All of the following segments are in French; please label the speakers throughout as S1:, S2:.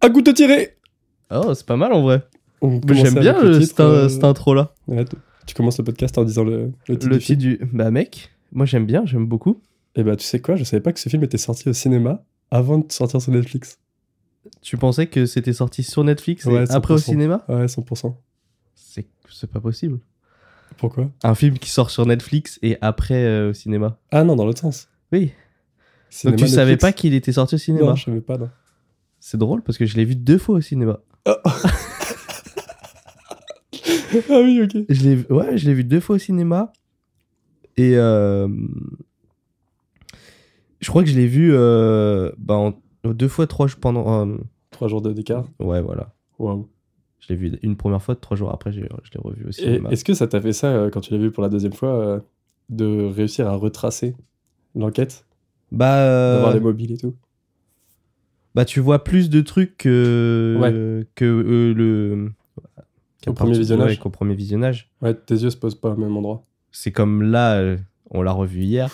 S1: À goutte tirée
S2: Oh, c'est pas mal en vrai.
S1: On
S2: Mais
S1: commençait
S2: J'aime bien
S1: avec le
S2: euh,
S1: titre,
S2: cette,
S1: euh,
S2: cette intro là.
S1: ouais, tu- tu commences le podcast en disant le, le titre.
S2: Le
S1: du
S2: titre
S1: film.
S2: du. Bah, mec, moi j'aime bien, j'aime beaucoup.
S1: Et bah, tu sais quoi, je savais pas que ce film était sorti au cinéma avant de sortir sur Netflix.
S2: Tu pensais que c'était sorti sur Netflix et
S1: Ouais,
S2: après au
S1: 100%.
S2: cinéma
S1: Ouais, 100%.
S2: C'est c'est pas possible.
S1: Pourquoi
S2: Un film qui sort sur Netflix et après euh, au cinéma.
S1: Ah non, dans l'autre sens.
S2: Oui.
S1: Cinéma,
S2: Donc tu savais
S1: Netflix.
S2: pas qu'il était sorti au cinéma.
S1: Non, je savais pas, non.
S2: C'est drôle parce que je l'ai vu deux fois au cinéma.
S1: ah oui, ok.
S2: Je l'ai vu- ouais, je l'ai vu deux fois au cinéma. Et euh, je crois que je l'ai vu euh, bah, en- deux fois trois jours pendant. euh,
S1: Trois jours de d'écart.
S2: Ouais, voilà.
S1: Waouh.
S2: Je l'ai vu une première fois, trois jours après, j'ai- je l'ai revu au
S1: Et
S2: cinéma.
S1: est-ce que ça t'a fait ça euh, quand tu l'as vu pour la deuxième fois, euh, de réussir à retracer l'enquête,
S2: Bah, euh,
S1: d'avoir les mobiles et tout
S2: bah, tu vois plus de trucs que, que euh, le. qu'à
S1: Au premier
S2: partir-
S1: visionnage.
S2: ouais, qu'au premier visionnage.
S1: Ouais, tes yeux se posent pas au même endroit.
S2: C'est comme là, euh, on l'a revu hier.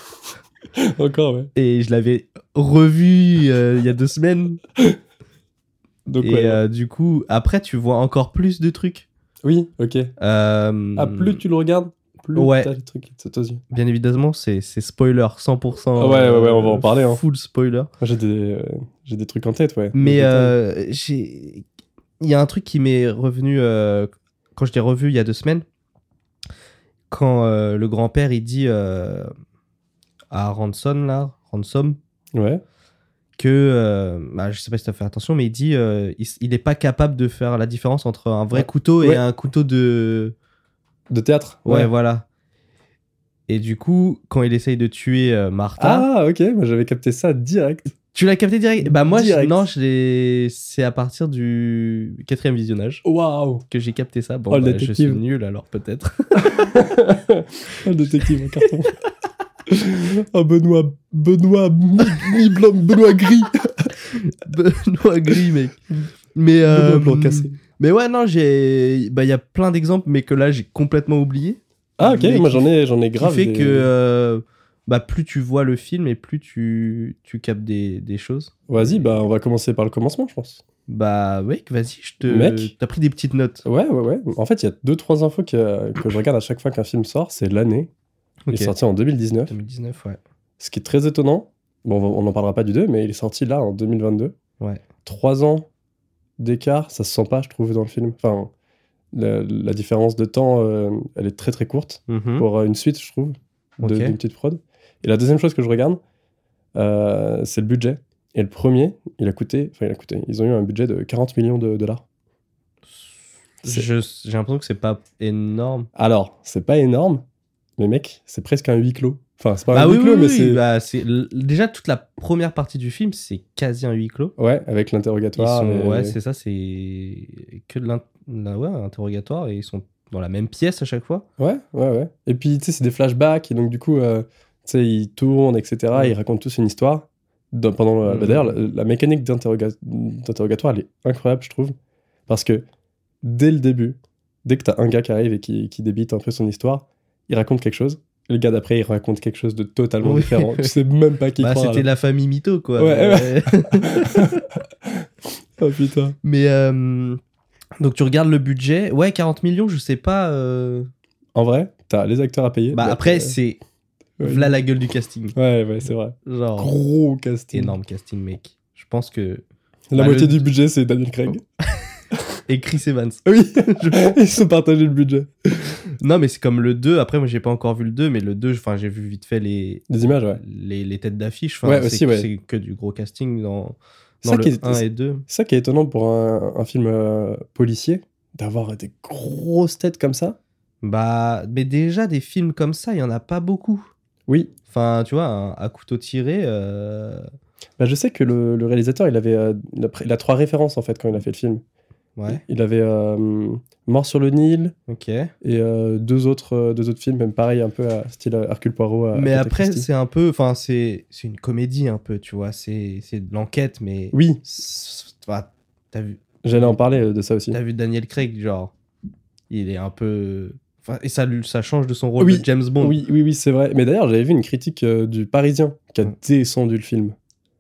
S1: Encore, ouais.
S2: Et je l'avais revu euh, il y a deux semaines.
S1: Donc,
S2: et
S1: ouais.
S2: euh, du coup, après, tu vois encore plus de trucs.
S1: Oui, ok.
S2: Euh,
S1: Ah, plus tu le regardes, plus
S2: Ouais.
S1: t'as le truc c'est aux yeux.
S2: Bien évidemment, c'est c'est spoiler, 100%.
S1: Ah ouais, ouais, ouais, on va en parler, hein.
S2: euh, Full spoiler.
S1: Moi, J'ai des, euh, j'ai des trucs en tête, ouais.
S2: Mais
S1: Des
S2: euh, j'ai- il y a un truc qui m'est revenu euh, quand je l'ai revu il y a deux semaines. Quand euh, le grand-père, il dit euh, à Ransom, là, Ransom,
S1: détails. Ouais.
S2: que, euh, bah, je sais pas si t'as fait attention, mais il dit euh, il s- il n'est pas capable de faire la différence entre un vrai
S1: Ouais.
S2: couteau et
S1: Ouais.
S2: un couteau de...
S1: De théâtre
S2: Ouais, voilà. Et du coup, quand il essaye de tuer euh, Martha...
S1: Ah, ok, moi j'avais capté ça direct.
S2: Tu l'as capté direct Bah moi, je-
S1: Direct.
S2: non, je l'ai... C'est à partir du quatrième visionnage
S1: Waouh
S2: que j'ai capté ça. Bon,
S1: Oh, le
S2: bah, je suis
S1: détective.
S2: nul alors peut-être.
S1: Le détective en carton. Ah, Benoît, Benoît, mi, blanc, Benoît gris.
S2: Benoît Gris, mec. Mais
S1: Benoît
S2: euh,
S1: blanc cassé.
S2: Mais ouais, non, j'ai. Bah, il y a plein d'exemples, mais que là, j'ai complètement oublié.
S1: Ah, ok,
S2: mais
S1: moi
S2: qui-
S1: j'en ai, j'en ai grave.
S2: qui fait
S1: des-
S2: que. euh, Bah, plus tu vois le film et plus tu, tu captes des, des choses.
S1: Vas-y, bah on va commencer par le commencement, je pense.
S2: Bah, mec, vas-y, je te.
S1: Mec. Oh,
S2: T'as pris des petites notes.
S1: Ouais, ouais, ouais. En fait, il y a deux, trois infos que, que je regarde à chaque fois qu'un film sort. C'est l'année. Il
S2: Ok.
S1: est sorti en 2019.
S2: 2019, ouais.
S1: Ce qui est très étonnant. Bon, on va- on n'en parlera pas du 2, mais il est sorti là en 2022.
S2: Ouais.
S1: Trois ans d'écart, ça se sent pas, je trouve, dans le film. Enfin, la, la différence de temps, euh, elle est très très courte
S2: Mhm.
S1: pour euh, une suite, je trouve, de-
S2: Ok.
S1: d'une petite prod. Et la deuxième chose que je regarde, euh, c'est le budget. Et le premier, il a coûté, enfin, il a coûté, ils ont eu un budget de 40 millions de dollars.
S2: Je- J'ai l'impression que c'est pas énorme.
S1: Alors, c'est pas énorme, mais mec, c'est presque un huis clos. Enfin, c'est pas
S2: Bah
S1: un
S2: oui,
S1: huis clos,
S2: oui,
S1: mais
S2: oui,
S1: c'est.
S2: bah, c'est l- déjà toute la première partie du film, c'est quasi un huis clos.
S1: Ouais, avec
S2: Ils
S1: l'interrogatoire.
S2: sont-
S1: et-
S2: Ouais, c'est ça, c'est que de l'in- la- ouais, interrogatoire et ils sont dans la même pièce à chaque fois.
S1: ouais, ouais, ouais. Et puis, tu sais, c'est des flashbacks, et donc, du coup, euh, tu sais, ils tournent, etc.
S2: Mm.
S1: Ils racontent tous une histoire. Dans- pendant, euh, bah,
S2: Mm.
S1: D'ailleurs, la, la mécanique d'interroga- d'interrogatoire, elle est incroyable, je trouve. Parce que dès le début, dès que t'as un gars qui arrive et qui, qui débite un peu son histoire, il raconte quelque chose. Et le gars d'après, il raconte quelque chose de totalement
S2: Oui.
S1: différent. tu sais même pas qui
S2: Bah,
S1: croire,
S2: c'était
S1: là.
S2: la famille Mito, quoi.
S1: Ouais,
S2: Euh,
S1: Oh putain.
S2: Mais euh, donc tu regardes le budget. Ouais, 40 millions, je sais pas. euh,
S1: En vrai, t'as les acteurs à payer.
S2: Bah,
S1: mais
S2: après,
S1: euh,
S2: c'est
S1: ouais.
S2: là la gueule du casting.
S1: Ouais, ouais, c'est vrai.
S2: Genre,
S1: Gros casting.
S2: énorme casting, mec. Je pense que.
S1: La
S2: Bah,
S1: moitié
S2: le- Oh.
S1: du budget, c'est Daniel Craig.
S2: Et Chris Evans.
S1: Oui, ils se partagé le budget.
S2: Non, mais c'est comme le 2. Après, moi, j'ai pas encore vu le 2, mais le 2, enfin, j'ai vu vite fait les,
S1: Des images, ouais.
S2: les, les têtes d'affiche. Enfin,
S1: Ouais,
S2: c'est-
S1: aussi, ouais.
S2: C'est que du gros casting dans,
S1: Ça
S2: dans
S1: qui
S2: le
S1: est-
S2: 1 et 2.
S1: C'est ça qui est étonnant pour un, un film euh, policier, d'avoir des grosses têtes comme ça.
S2: Bah, mais déjà, des films comme ça, il y en a pas beaucoup.
S1: Oui,
S2: Enfin, tu vois, un- à couteau tiré, euh,
S1: bah, je sais que le, le réalisateur, il, avait, euh, il, a, pr- il a trois références en fait quand il a fait le film.
S2: ouais,
S1: Il avait euh, Mort sur le Nil
S2: ok.
S1: et euh, deux, autres, euh, deux autres films, même pareil, un peu à style euh, Hercule Poirot. à- à
S2: mais
S1: Agatha
S2: après,
S1: Christie.
S2: c'est un peu, enfin, c'est c'est une comédie un peu, tu vois. C'est c'est de l'enquête, mais.
S1: Oui,
S2: C'est- bah, T'as vu,
S1: j'allais en parler euh, de ça aussi.
S2: t'as vu Daniel Craig, genre, il est un peu. Enfin, et ça, lui- ça change de son rôle
S1: Oui,
S2: de James Bond.
S1: Oui, oui, oui, c'est vrai. Mais d'ailleurs, j'avais vu une critique euh, du Parisien qui a
S2: Mm.
S1: descendu le film.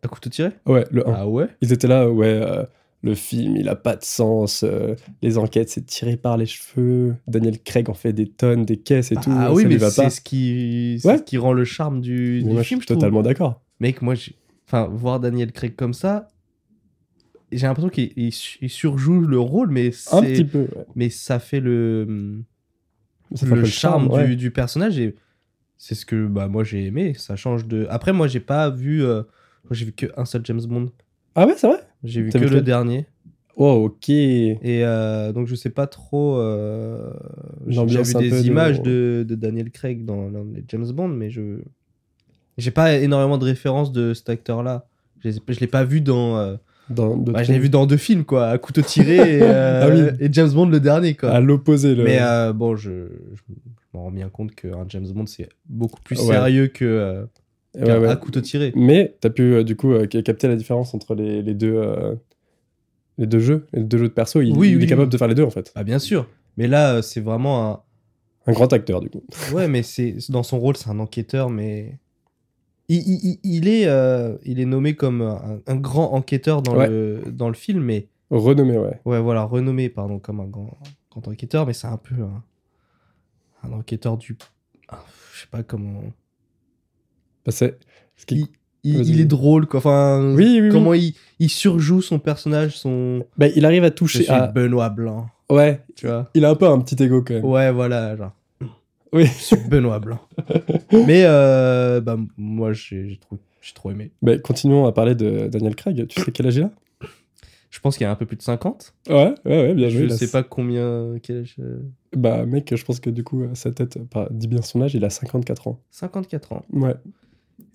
S2: À coup de tiré
S1: Ouais, le 1.
S2: Ah ouais
S1: Ils étaient là, ouais, euh, le film, il a pas de sens, euh, les enquêtes, c'est tiré par les cheveux, Daniel Craig en fait des tonnes, des caisses et tout,
S2: Ah
S1: ça
S2: oui,
S1: lui
S2: mais
S1: va
S2: c'est
S1: pas.
S2: ce qui, c'est
S1: Ouais.
S2: ce qui rend le charme du,
S1: Mais
S2: du
S1: moi,
S2: film,
S1: je suis
S2: je trouve.
S1: totalement d'accord.
S2: Mec, moi, j'ai- enfin, voir Daniel Craig comme ça, j'ai l'impression qu'il il su- il surjoue le rôle, mais
S1: Un
S2: c'est-
S1: petit peu, ouais.
S2: mais ça fait le,
S1: Ça fait un peu
S2: le charme
S1: ouais.
S2: du, du personnage et c'est ce que bah moi j'ai aimé. Ça change de. Après, moi, j'ai pas vu, euh, moi, j'ai vu que un seul James Bond.
S1: Ah ouais, c'est vrai
S2: J'ai vu que
S1: T'as vu
S2: le
S1: lequel
S2: dernier.
S1: Oh, ok.
S2: Et euh, donc, je sais pas trop. euh, J'ai déjà
S1: L'ambiance
S2: vu
S1: un peu
S2: des
S1: de-
S2: images de... de Daniel Craig dans l'un des James Bond, mais je. J'ai pas énormément de références de cet acteur-là. Je les ai- je l'ai pas vu dans. euh,
S1: Dans, de
S2: bah, je
S1: ton-
S2: l'ai vu dans deux films, quoi. À couteau tiré et, euh,
S1: Ah
S2: et James Bond le dernier, quoi.
S1: À l'opposé, le...
S2: Mais euh, bon, je, je, je m'en rends bien compte qu'un James Bond, c'est beaucoup plus
S1: Ouais.
S2: sérieux que, euh,
S1: Eh Ouais,
S2: qu'un
S1: ouais.
S2: à couteau tiré.
S1: Mais t'as pu euh, du coup euh, ca- capter la différence entre les, les deux euh, les deux jeux, les deux jeux de perso. Il,
S2: Oui,
S1: il
S2: oui,
S1: est capable
S2: oui.
S1: de faire les deux en fait.
S2: Ah, bien sûr. Mais là, euh, c'est vraiment un.
S1: Un grand acteur du coup.
S2: Ouais, mais c'est dans son rôle, c'est un enquêteur, mais il, il- il- il est, euh, il est nommé comme un, un grand enquêteur dans,
S1: Ouais.
S2: le, dans le film, mais
S1: Renommé, ouais.
S2: ouais, voilà, renommé, pardon, comme un grand, grand enquêteur, mais c'est un peu un, un enquêteur du, ah, je sais pas comment,
S1: Bah, c'est ce qui-
S2: il,
S1: Vas-y.
S2: il est drôle, quoi. Enfin,
S1: Oui, oui, oui.
S2: comment Il, il surjoue son personnage, son
S1: Bah, il arrive à
S2: je suis
S1: toucher. à-
S2: Benoît Blanc,
S1: Ouais,
S2: tu vois.
S1: il a un peu un petit ego quand même.
S2: Ouais, voilà, genre.
S1: Oui.
S2: Je suis Benoît Blanc. mais euh, bah, moi, j'ai j'ai trop, j'ai trop aimé.
S1: Bah, continuons à parler de Daniel Craig. Tu sais quel âge il a
S2: Je pense qu'il y a un peu plus de 50.
S1: Ouais, ouais, ouais, bien joué.
S2: je
S1: il a-
S2: sais pas combien. quel âge, euh,
S1: Bah, mec, je pense que du coup, euh, sa tête euh, pas- dit bien son âge, il a 54 ans.
S2: 54 ans.
S1: Ouais.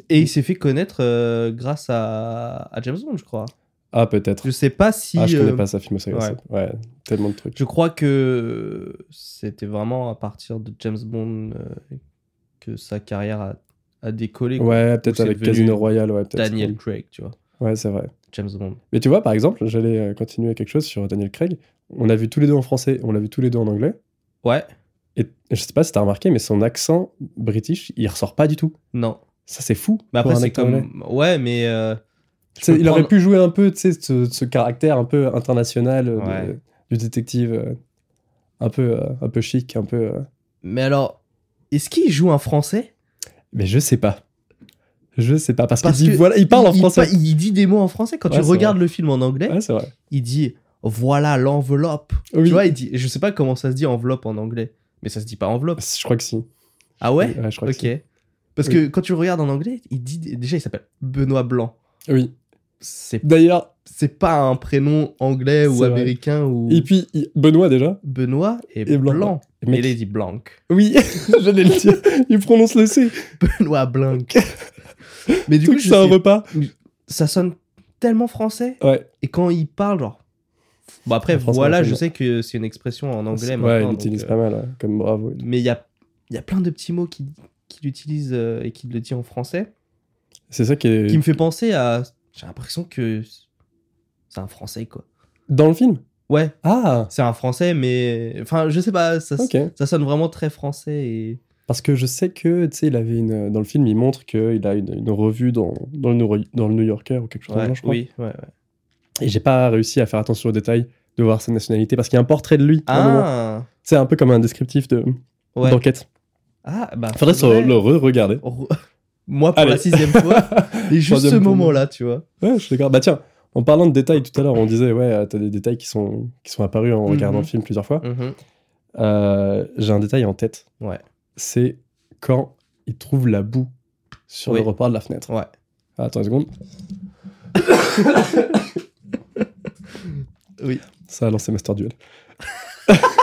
S2: Et il s'est fait connaître euh, grâce à, à James Bond, je crois.
S1: Ah, peut-être.
S2: Je sais pas si.
S1: Ah, je connais
S2: euh,
S1: pas sa filmographie.
S2: ouais.
S1: Ouais, tellement de trucs.
S2: je crois que c'était vraiment à partir de James Bond euh, que sa carrière a, a décollé. quoi.
S1: Ouais, peut-être
S2: c'est
S1: avec
S2: devenu
S1: Casino Royale, ouais, peut-être.
S2: Daniel Craig, tu vois.
S1: Ouais, c'est vrai.
S2: James Bond.
S1: Mais tu vois, par exemple, j'allais euh, continuer quelque chose sur Daniel Craig. On l'a vu tous les deux en français, on l'a vu tous les deux en anglais.
S2: Ouais.
S1: Et je sais pas si t'as remarqué, mais son accent british, il ressort pas du tout.
S2: Non.
S1: Ça, c'est fou.
S2: Mais
S1: pour
S2: après,
S1: un
S2: c'est
S1: acteur anglais.
S2: comme. Ouais, mais. euh,
S1: Tu sais,
S2: peux
S1: Il
S2: prendre-
S1: aurait pu jouer un peu, tu sais, ce, ce caractère un peu international euh, de-
S2: Ouais.
S1: du détective, euh, un peu, euh, un peu chic, un peu. euh,
S2: Mais alors, est-ce qu'il joue un français
S1: Mais je sais pas. Je sais pas parce,
S2: Parce
S1: qu'il dit
S2: que
S1: voilà, il parle en français.
S2: pa- il dit des mots en français. Quand
S1: Ouais,
S2: tu
S1: c'est
S2: regardes le film en anglais,
S1: Ouais, c'est vrai.
S2: il dit voilà l'enveloppe.
S1: Oui.
S2: Tu vois, il dit, je sais pas comment ça se dit enveloppe en anglais, mais ça se dit pas enveloppe.
S1: Je crois que si.
S2: Ah ouais
S1: Oui, je crois que
S2: Ok. Parce que quand tu le regardes en anglais, il dit déjà il s'appelle Benoît Blanc.
S1: si. Oui.
S2: C'est
S1: D'ailleurs,
S2: c'est pas un prénom anglais
S1: C'est
S2: ou
S1: vrai.
S2: américain ou
S1: et puis il- Benoît déjà.
S2: Benoît et,
S1: et Blanc.
S2: Blanc. Mais
S1: Mec,
S2: il est dit Blanc.
S1: Oui, j'allais le dire. Il prononce le C.
S2: Benoît Blanc. mais
S1: Du
S2: du coup,
S1: coup,
S2: je
S1: c'est un
S2: sais-
S1: repas.
S2: ça sonne tellement français
S1: Ouais.
S2: et quand il parle genre Bon après
S1: En français,
S2: voilà,
S1: c'est
S2: je
S1: bien.
S2: sais que c'est une expression en anglais
S1: ouais, il
S2: maintenant.
S1: utilise
S2: donc, euh,
S1: pas mal, ouais, comme bravo. et tout.
S2: mais il y a, il y a plein de petits mots qu'il qu'il utilise euh, et qu'il le dit en français,
S1: C'est ça qui est.
S2: qui me fait penser à. J'ai l'impression que c'est un français, quoi.
S1: Dans le film
S2: Ouais,
S1: Ah
S2: c'est un français, mais. Enfin, je sais pas, ça,
S1: Ok.
S2: ça sonne vraiment très français et.
S1: Parce que je sais que, tu sais, il avait une. Dans le film, il montre qu'il a une, une revue dans, dans, le New, dans le New Yorker ou quelque chose comme
S2: Ouais,
S1: ça, je crois.
S2: oui, ouais, ouais.
S1: Et j'ai pas réussi à faire attention aux détails de voir sa nationalité parce qu'il y a un portrait de lui. à un moment.
S2: Ah
S1: C'est un peu comme un descriptif de-
S2: Ouais.
S1: d'enquête.
S2: Ah, bah.
S1: Faudrait se
S2: faudrait-
S1: re- le re-regarder.
S2: re- Moi, pour
S1: Allez.
S2: la sixième fois, et juste
S1: Troisième
S2: ce
S1: pour moi.
S2: moment-là, tu vois.
S1: Ouais, je suis d'accord. Bah tiens, en parlant de détails tout à l'heure, on disait, ouais, euh, t'as des détails qui sont, qui sont apparus en regardant
S2: Mhm.
S1: le film plusieurs fois.
S2: Mhm.
S1: Euh, j'ai un détail en tête.
S2: Ouais.
S1: C'est quand il trouve la boue sur
S2: Oui.
S1: le report de la fenêtre.
S2: Ouais.
S1: Attends une seconde.
S2: Oui.
S1: Ça a lancé Master Duel.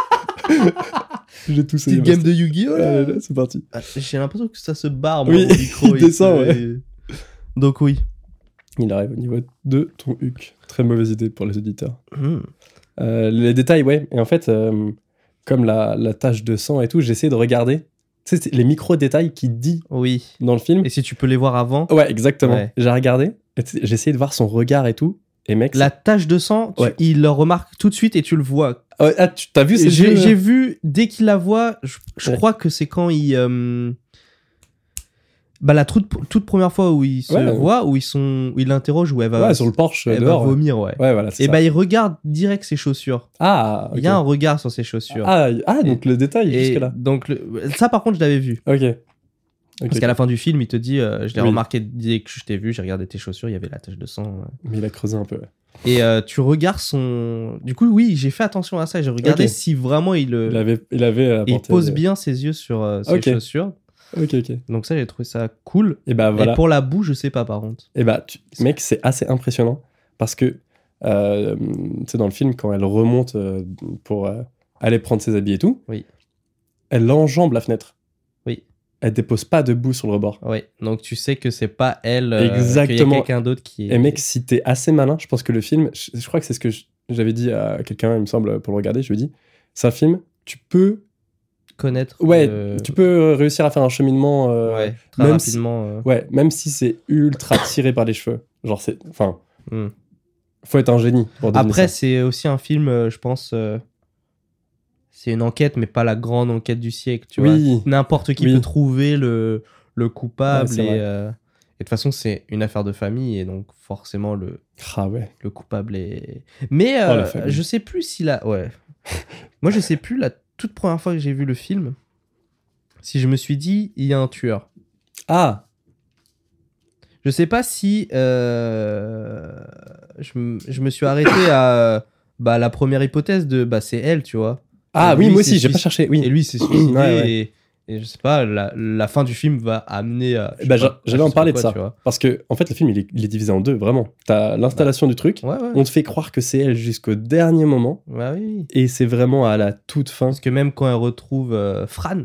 S1: j'ai toussé.
S2: Petite
S1: Master-
S2: game de Yu-Gi-Oh! là.
S1: Ouais, ouais, c'est parti.
S2: Ah, J'ai l'impression que ça se barre,
S1: Oui,
S2: mon
S1: il
S2: micro. et
S1: descend,
S2: que- Donc, oui.
S1: Il arrive au niveau de ton huc. Très mauvaise idée pour les auditeurs.
S2: Hmm,
S1: Euh, les détails, ouais. Et en fait, euh, comme la, la tache de sang et tout, j'essaie de regarder tu sais, c'est les micro-détails qui dit
S2: Oui.
S1: dans le film.
S2: Et si tu peux les voir avant,
S1: Ouais, exactement.
S2: Ouais.
S1: J'ai regardé, et tu sais, j'ai essayé de voir son regard et tout. Et mec,
S2: la tache de sang, tu-
S1: Ouais.
S2: il le remarque tout de suite et tu le vois.
S1: c'est- Ah ouais, ah, tu t'as vu
S2: J'ai
S1: ces yeux,
S2: j'ai
S1: euh,
S2: vu, dès qu'il la voit, je, je
S1: Ouais.
S2: crois que c'est quand il. euh, Bah, la toute, toute première fois où ils se
S1: Ouais.
S2: voient, où ils sont, où ils l'interrogent, où elle va,
S1: ouais, sur le Porsche
S2: elle va
S1: dehors. ouais.
S2: vomir, ouais.
S1: Ouais, voilà, c'est
S2: Et
S1: ça.
S2: bah, il regarde direct ses chaussures.
S1: ah,
S2: Il y a un
S1: ok.
S2: regard sur ses chaussures.
S1: ah, y- ah, donc le détail
S2: Et
S1: jusque-là.
S2: donc, le- ça, par contre, je l'avais vu.
S1: Ok. Ok.
S2: Parce qu'à la fin du film, il te dit, euh, je l'ai
S1: Oui.
S2: remarqué dès que je t'ai vu, j'ai regardé tes chaussures, il y avait la tache de sang. ouais.
S1: Mais il a creusé un peu. ouais.
S2: Et euh, tu regardes son. Du coup, oui, j'ai fait attention à ça. J'ai regardé
S1: Ok.
S2: si vraiment il, euh,
S1: Il avait, il avait
S2: il
S1: apporté
S2: pose
S1: des-
S2: bien ses yeux sur euh, ses
S1: Ok.
S2: chaussures.
S1: Ok, ok.
S2: Donc ça, j'ai trouvé ça cool.
S1: Et bah voilà.
S2: Et pour la boue, je sais pas par contre.
S1: Et bah, tu- mec, c'est assez impressionnant parce que, euh, tu sais, dans le film, quand elle remonte euh, pour euh, aller prendre ses habits et tout,
S2: Oui.
S1: elle enjambe la fenêtre.
S2: Oui.
S1: Elle dépose pas de boue sur le rebord.
S2: Ouais. Donc tu sais que c'est pas elle. euh,
S1: Exactement.
S2: qu'il y a quelqu'un d'autre qui. est-
S1: Et mec, si t'es assez malin, je pense que le film, je, je crois que c'est ce que je- j'avais dit à quelqu'un, il me semble, pour le regarder, je lui ai dit, c'est un film, tu peux,
S2: connaître.
S1: ouais,
S2: euh,
S1: tu peux réussir à faire un cheminement, euh,
S2: ouais, très
S1: même si-
S2: rapidement. euh,
S1: ouais, même si c'est ultra tiré par les cheveux. Genre, c'est, enfin,
S2: Hmm.
S1: faut être un génie pour deviner
S2: Après,
S1: ça.
S2: c'est aussi un film, euh, je pense. euh, C'est une enquête, mais pas la grande enquête du siècle, tu vois.
S1: oui,
S2: n'importe qui
S1: Oui.
S2: peut trouver le, le coupable.
S1: Ouais, c'est vrai.
S2: et, euh, et de toute façon, c'est une affaire de famille, et donc forcément, le,
S1: ah ouais,
S2: le coupable est. Mais
S1: Oh, la
S2: euh,
S1: famille.
S2: je sais plus si la. Ouais. Moi, je sais plus la toute première fois que j'ai vu le film, si je me suis dit, il y a un tueur.
S1: ah,
S2: Je sais pas si. euh, je, m- je me suis arrêté à. Bah, la première hypothèse de. Bah, c'est elle, tu vois.
S1: ah
S2: Et
S1: oui,
S2: lui,
S1: moi
S2: c'est
S1: aussi, j'ai
S2: suicide-
S1: pas cherché, oui.
S2: Et lui, il s'est suicidé.
S1: Ouais, ouais.
S2: Et, et je sais pas, la, la fin du film va amener à. je sais
S1: Bah,
S2: pas,
S1: j'allais
S2: à
S1: en
S2: je sais
S1: parler
S2: pas
S1: de
S2: quoi,
S1: ça.
S2: tu vois.
S1: Parce que, en fait, le film, il est, il est divisé en deux, vraiment. T'as l'installation du truc,
S2: Ouais, ouais.
S1: on te fait croire que c'est elle jusqu'au dernier moment,
S2: Bah oui.
S1: et c'est vraiment à la toute fin.
S2: Parce que même quand elle retrouve euh, Fran,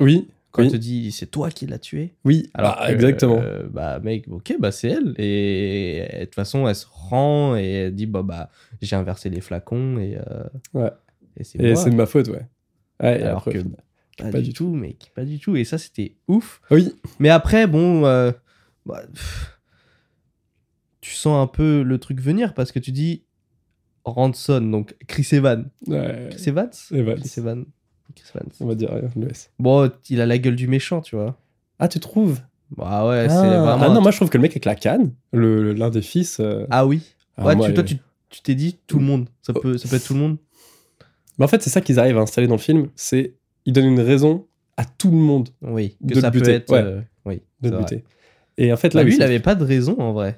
S1: Oui,
S2: quand
S1: Oui.
S2: elle te dit c'est toi qui l'as tué.
S1: oui,
S2: Alors
S1: ah,
S2: que,
S1: exactement.
S2: euh, bah mec, ok, bah c'est elle. Et et de toute façon, elle se rend et elle dit bah bah j'ai inversé les flacons et. euh,
S1: Ouais.
S2: Et c'est
S1: et
S2: moi.
S1: c'est de ma faute, ouais. Ouais, et
S2: Alors
S1: après,
S2: que- Pas,
S1: pas
S2: du
S1: du
S2: tout, mec, pas du tout. Et ça, c'était ouf.
S1: Oui,
S2: Mais après, bon, euh, bah, pff, tu sens un peu le truc venir parce que tu dis Ranson, donc Chris Evans.
S1: ouais,
S2: Chris Evans
S1: Evans.
S2: Chris Evans. Chris Evans.
S1: on va dire rien, le S.
S2: Bon, il a la gueule du méchant, tu vois.
S1: Ah, tu trouves
S2: Bah ouais, c'est
S1: ah,
S2: vraiment.
S1: ah
S2: un
S1: non,
S2: truc-
S1: moi je trouve que le mec avec la canne, le- l'un des fils. euh,
S2: Ah oui.
S1: ah,
S2: ouais,
S1: moi,
S2: tu- toi,
S1: il-
S2: tu tu t'es dit tout le monde. Ça peut, ça peut être tout le monde.
S1: Mais en fait, c'est ça qu'ils arrivent à installer dans le film, c'est ils donnent une raison à tout le monde
S2: Oui. Que
S1: De le
S2: ça peut
S1: buter,
S2: être.
S1: ouais.
S2: euh, oui.
S1: de
S2: c'est
S1: le
S2: vrai.
S1: buter. Et en fait, là,
S2: Bah,
S1: où
S2: lui,
S1: ils
S2: il
S1: sont-
S2: avait pas de raison en vrai.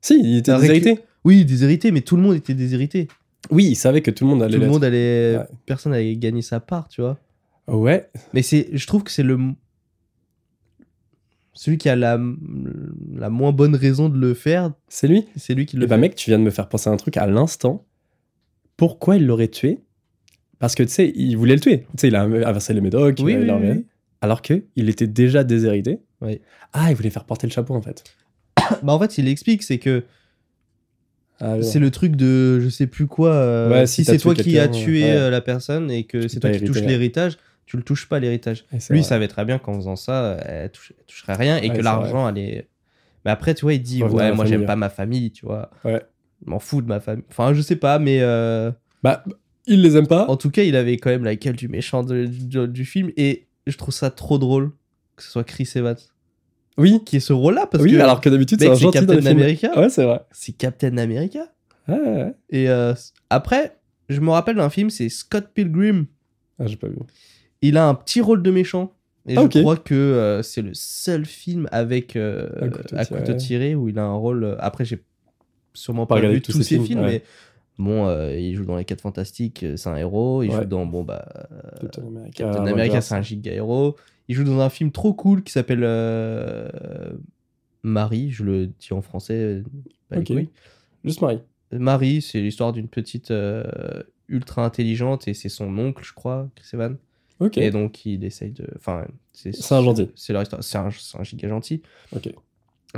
S1: Si, il était
S2: T'as récu-
S1: déshérité.
S2: Oui, déshérité, mais tout le monde était déshérité.
S1: Oui, il savait que tout le monde allait
S2: Tout le
S1: l'être.
S2: monde allait.
S1: Ouais.
S2: Personne allait gagner sa part, tu vois.
S1: Ouais,
S2: Mais c'est, je trouve que c'est le celui qui a la, la moins bonne raison de le faire,
S1: c'est lui.
S2: c'est lui qui le
S1: Le bah,
S2: fait.
S1: mec, tu viens de me faire penser à un truc à l'instant. Pourquoi il l'aurait tué Parce que, tu sais, il voulait le tuer. Tu sais, il a inversé les médocs.
S2: oui,
S1: il a-
S2: oui,
S1: il a-
S2: oui, oui.
S1: Alors que il était déjà déshérité.
S2: Oui.
S1: Ah, il voulait faire porter le chapeau, en fait.
S2: Bah en fait, il explique c'est que
S1: Ah, non.
S2: c'est le truc de je sais plus quoi. euh,
S1: Ouais, si
S2: si
S1: t'as
S2: c'est
S1: tué
S2: toi qui
S1: quelqu'un,
S2: as tué
S1: ouais.
S2: euh, la personne et que c'est
S1: peux
S2: toi
S1: pas
S2: qui touches
S1: hériter, ouais.
S2: l'héritage, tu le touches pas l'héritage.
S1: Ouais, c'est
S2: Lui il
S1: vrai.
S2: savait très bien qu'en faisant ça, euh, elle, touche- elle toucherait rien et
S1: Ouais,
S2: que
S1: c'est
S2: l'argent allait. Mais après, tu vois, il dit
S1: Revenir à
S2: ouais,
S1: la
S2: moi
S1: famille,
S2: j'aime
S1: hein.
S2: pas ma famille, tu vois.
S1: Ouais.
S2: Je m'en fous de ma famille. Enfin, je sais pas, mais. euh,
S1: Bah, il les aime pas.
S2: En tout cas, il avait quand même la gueule du méchant de- du, du film et je trouve ça trop drôle que ce soit Chris Evans
S1: Oui.
S2: qui est ce rôle-là parce
S1: oui,
S2: que
S1: alors que d'habitude, c'est
S2: mec,
S1: un
S2: c'est
S1: gentil dans les
S2: Captain
S1: films.
S2: America.
S1: Ouais, c'est vrai.
S2: C'est Captain America.
S1: Ouais, ouais, ouais.
S2: Et euh, après, je me rappelle d'un film, c'est Scott Pilgrim.
S1: Ah, j'ai pas vu.
S2: Il a un petit rôle de méchant. Et
S1: Ah,
S2: je
S1: ok.
S2: crois que euh, c'est le seul film avec euh,
S1: À couteau
S2: à
S1: tiré.
S2: couteau tiré où il a un rôle. euh, Après, j'ai sûrement
S1: Pas
S2: pas,
S1: regardé
S2: vu tous ces films,
S1: ouais.
S2: mais bon, euh, il joue dans Les 4 Fantastiques, euh, c'est un héros. Il
S1: Ouais.
S2: joue dans, bon, bah,
S1: Captain America.
S2: Captain
S1: Avengers.
S2: America, c'est un giga héros. Il joue dans un film trop cool qui s'appelle euh, Marie, je le dis en français. euh, pas les
S1: Ok.
S2: couilles.
S1: Juste Marie.
S2: Marie, c'est l'histoire d'une petite euh, ultra intelligente et c'est son oncle, je crois, Chris Evans.
S1: Ok.
S2: Et donc il essaye de. Enfin,
S1: C'est un gentil.
S2: C'est leur histoire. C'est un, c'est un giga gentil.
S1: Ok.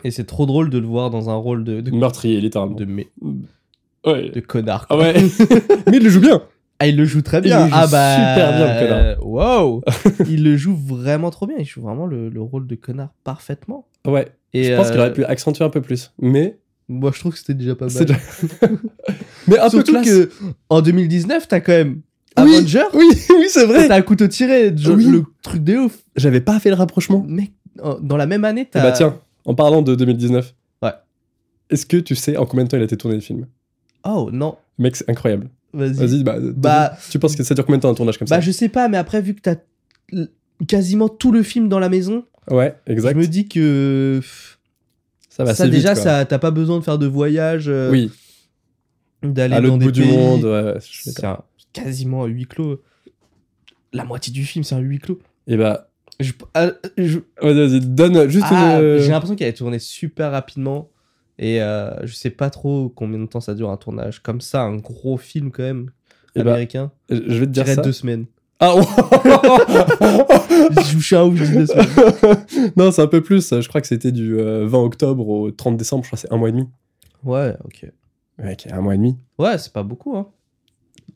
S2: Et c'est trop drôle de le voir dans un rôle de. de,
S1: Meurtrier, littéralement.
S2: de, mé-
S1: Ouais.
S2: de connard.
S1: Ah
S2: quoi.
S1: ouais. mais il le joue bien.
S2: Ah, il le joue très
S1: Il
S2: bien.
S1: le joue
S2: ah bah
S1: super bien, le connard.
S2: euh, Wow. il le joue vraiment trop bien. Il joue vraiment le, le rôle de connard parfaitement.
S1: Ouais.
S2: Et
S1: je pense
S2: euh,
S1: qu'il aurait pu accentuer un peu plus. Mais.
S2: Moi, je trouve que c'était déjà pas
S1: c'est
S2: mal.
S1: déjà- mais un
S2: bah. Surtout
S1: peu classe.
S2: que en 2019, t'as quand même
S1: Oui,
S2: Avenger.
S1: Oui, oui, c'est vrai.
S2: T'as un couteau tiré, genre,
S1: Oui.
S2: le truc de ouf.
S1: J'avais pas fait le rapprochement.
S2: Mec, en- dans la même année,
S1: Eh
S2: t'as.
S1: bah tiens, en parlant de 2019.
S2: Ouais.
S1: Est-ce que tu sais en combien de temps il a été tourné le film
S2: Oh non,
S1: Mec, c'est incroyable.
S2: vas-y.
S1: Vas-y, bah,
S2: Bah-
S1: tu penses que ça dure combien de temps un tournage comme
S2: Bah
S1: ça
S2: je sais pas, mais après vu que t'as l- quasiment tout le film dans la maison,
S1: Ouais, exact.
S2: je me dis que pff,
S1: Ça va
S2: ça
S1: assez vite,
S2: déjà,
S1: quoi.
S2: ça t'as pas besoin de faire de voyage, euh,
S1: Oui,
S2: d'aller
S1: à l'autre
S2: dans des
S1: bout du
S2: pays.
S1: monde. ouais, je suis
S2: C'est
S1: d'accord.
S2: un- quasiment un huis clos. La moitié du film, c'est un huis clos.
S1: Et bah,
S2: Je- ah, je-
S1: vas-y, vas-y, donne juste
S2: ah,
S1: une. euh,
S2: J'ai l'impression qu'elle a tourné super rapidement. Et euh, je sais pas trop combien de temps ça dure un tournage. Comme ça, un gros film quand même,
S1: Eh bah,
S2: américain.
S1: Je vais te
S2: Je
S1: dire
S2: dirais
S1: ça.
S2: deux semaines.
S1: Ah, ouais.
S2: je suis un ouf, je dis deux semaines.
S1: non, c'est un peu plus. Je crois que c'était du euh, 20 octobre au 30 décembre. Je crois que c'est un mois et demi.
S2: Ouais, ok.
S1: Mec, un mois et demi.
S2: Ouais, c'est pas beaucoup, hein.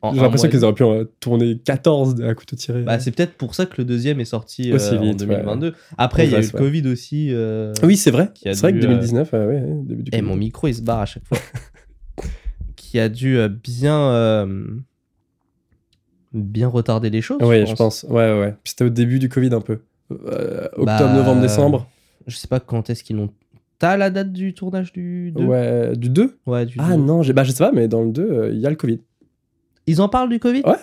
S2: En
S1: J'ai
S2: un
S1: l'impression
S2: mois et
S1: qu'ils auraient pu en tourner 14 à couteau tiré.
S2: Bah, c'est peut-être pour ça que le deuxième est sorti euh,
S1: Aussi
S2: en
S1: vite, ouais.
S2: 2022. Après, il y a eu le
S1: Progresse, ouais.
S2: Covid aussi. euh,
S1: oui, c'est vrai.
S2: qui a
S1: C'est vrai que
S2: dû, euh, Eh,
S1: 2019, ouais, ouais, début du
S2: Et
S1: Covid.
S2: mon micro, il se barre à chaque fois. qui a dû euh, bien. euh, bien retarder les choses.
S1: Ouais, je pense. Ouais, ouais, ouais. Puis c'était au début du Covid un peu. Euh, octobre,
S2: Bah,
S1: novembre, décembre.
S2: Je sais pas quand est-ce qu'ils l'ont. T'as la date du tournage du 2
S1: Ouais, du 2
S2: Ouais, du
S1: Ah
S2: deux.
S1: non, j'ai- bah, je sais pas, mais dans le 2, euh, il y a le Covid.
S2: Ils en parlent du Covid
S1: Ouais.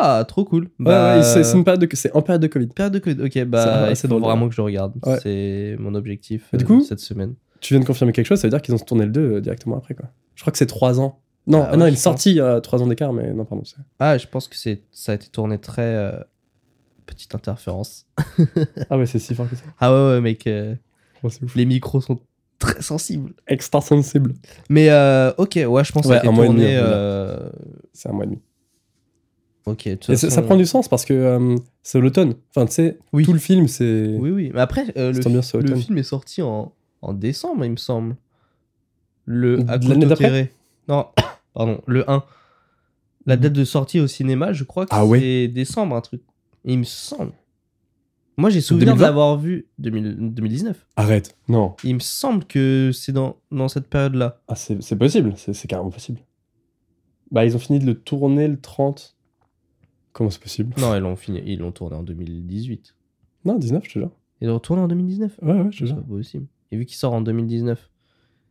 S2: Ah, trop cool.
S1: Ouais,
S2: Bah,
S1: ouais, c'est c'est une période de- c'est en période de Covid.
S2: Période de Covid. Ok,
S1: C'est-
S2: bah, il
S1: c'est
S2: faut
S1: drôle,
S2: vraiment
S1: ouais.
S2: que je regarde.
S1: Ouais.
S2: C'est mon objectif
S1: Et du
S2: euh,
S1: coup
S2: cette semaine.
S1: Tu viens de confirmer quelque chose, ça veut dire qu'ils ont tourné le 2 euh, directement après, quoi. Je crois que c'est 3 ans. Non,
S2: Ah
S1: ah non,
S2: ouais,
S1: il est
S2: je pense.
S1: sorti à 3 ans d'écart, mais non, pardon. c'est-
S2: Ah, je pense que c'est ça a été tourné très euh, petite interférence.
S1: Ah ouais, c'est si fort que ça.
S2: Ah ouais, ouais mec, euh,
S1: Oh, c'est ouf.
S2: les micros sont très sensibles.
S1: Extra sensible.
S2: Mais euh, ok, ouais, je pense
S1: Ouais,
S2: que ça a
S1: un
S2: été
S1: mois et demi,
S2: tourné.
S1: un peu, là.
S2: euh,
S1: C'est un mois et demi.
S2: ok, de toute
S1: Et ça- ça
S2: façon-
S1: prend du sens parce que euh, c'est l'automne. Enfin, tu sais,
S2: Oui.
S1: tout le film, c'est.
S2: Oui, oui. Mais après, euh, le,
S1: Cette ambiance
S2: fi- le
S1: automne.
S2: film est sorti en, en décembre, il me semble. Le à
S1: De l'année
S2: couteau
S1: d'après
S2: tiré. Non, pardon, le 1. La date de sortie au cinéma, je crois que
S1: Mhm. Ah
S2: c'est
S1: ouais
S2: décembre, un truc. Il me semble. Moi, j'ai souvenir
S1: 2020?
S2: d'avoir vu 2000 2019.
S1: Arrête. Non.
S2: Il me semble que c'est dans, dans cette période-là.
S1: Ah, c'est c'est possible, c'est c'est carrément possible. Bah, ils ont fini de le tourner le 30. Comment c'est possible
S2: Non, ils l'ont fini, ils l'ont tourné en 2018.
S1: Non, 19, je te jure.
S2: Ils l'ont tourné en 2019.
S1: Ouais, ouais, je te
S2: C'est pas
S1: jure.
S2: possible. Et vu qu'il sort en 2019,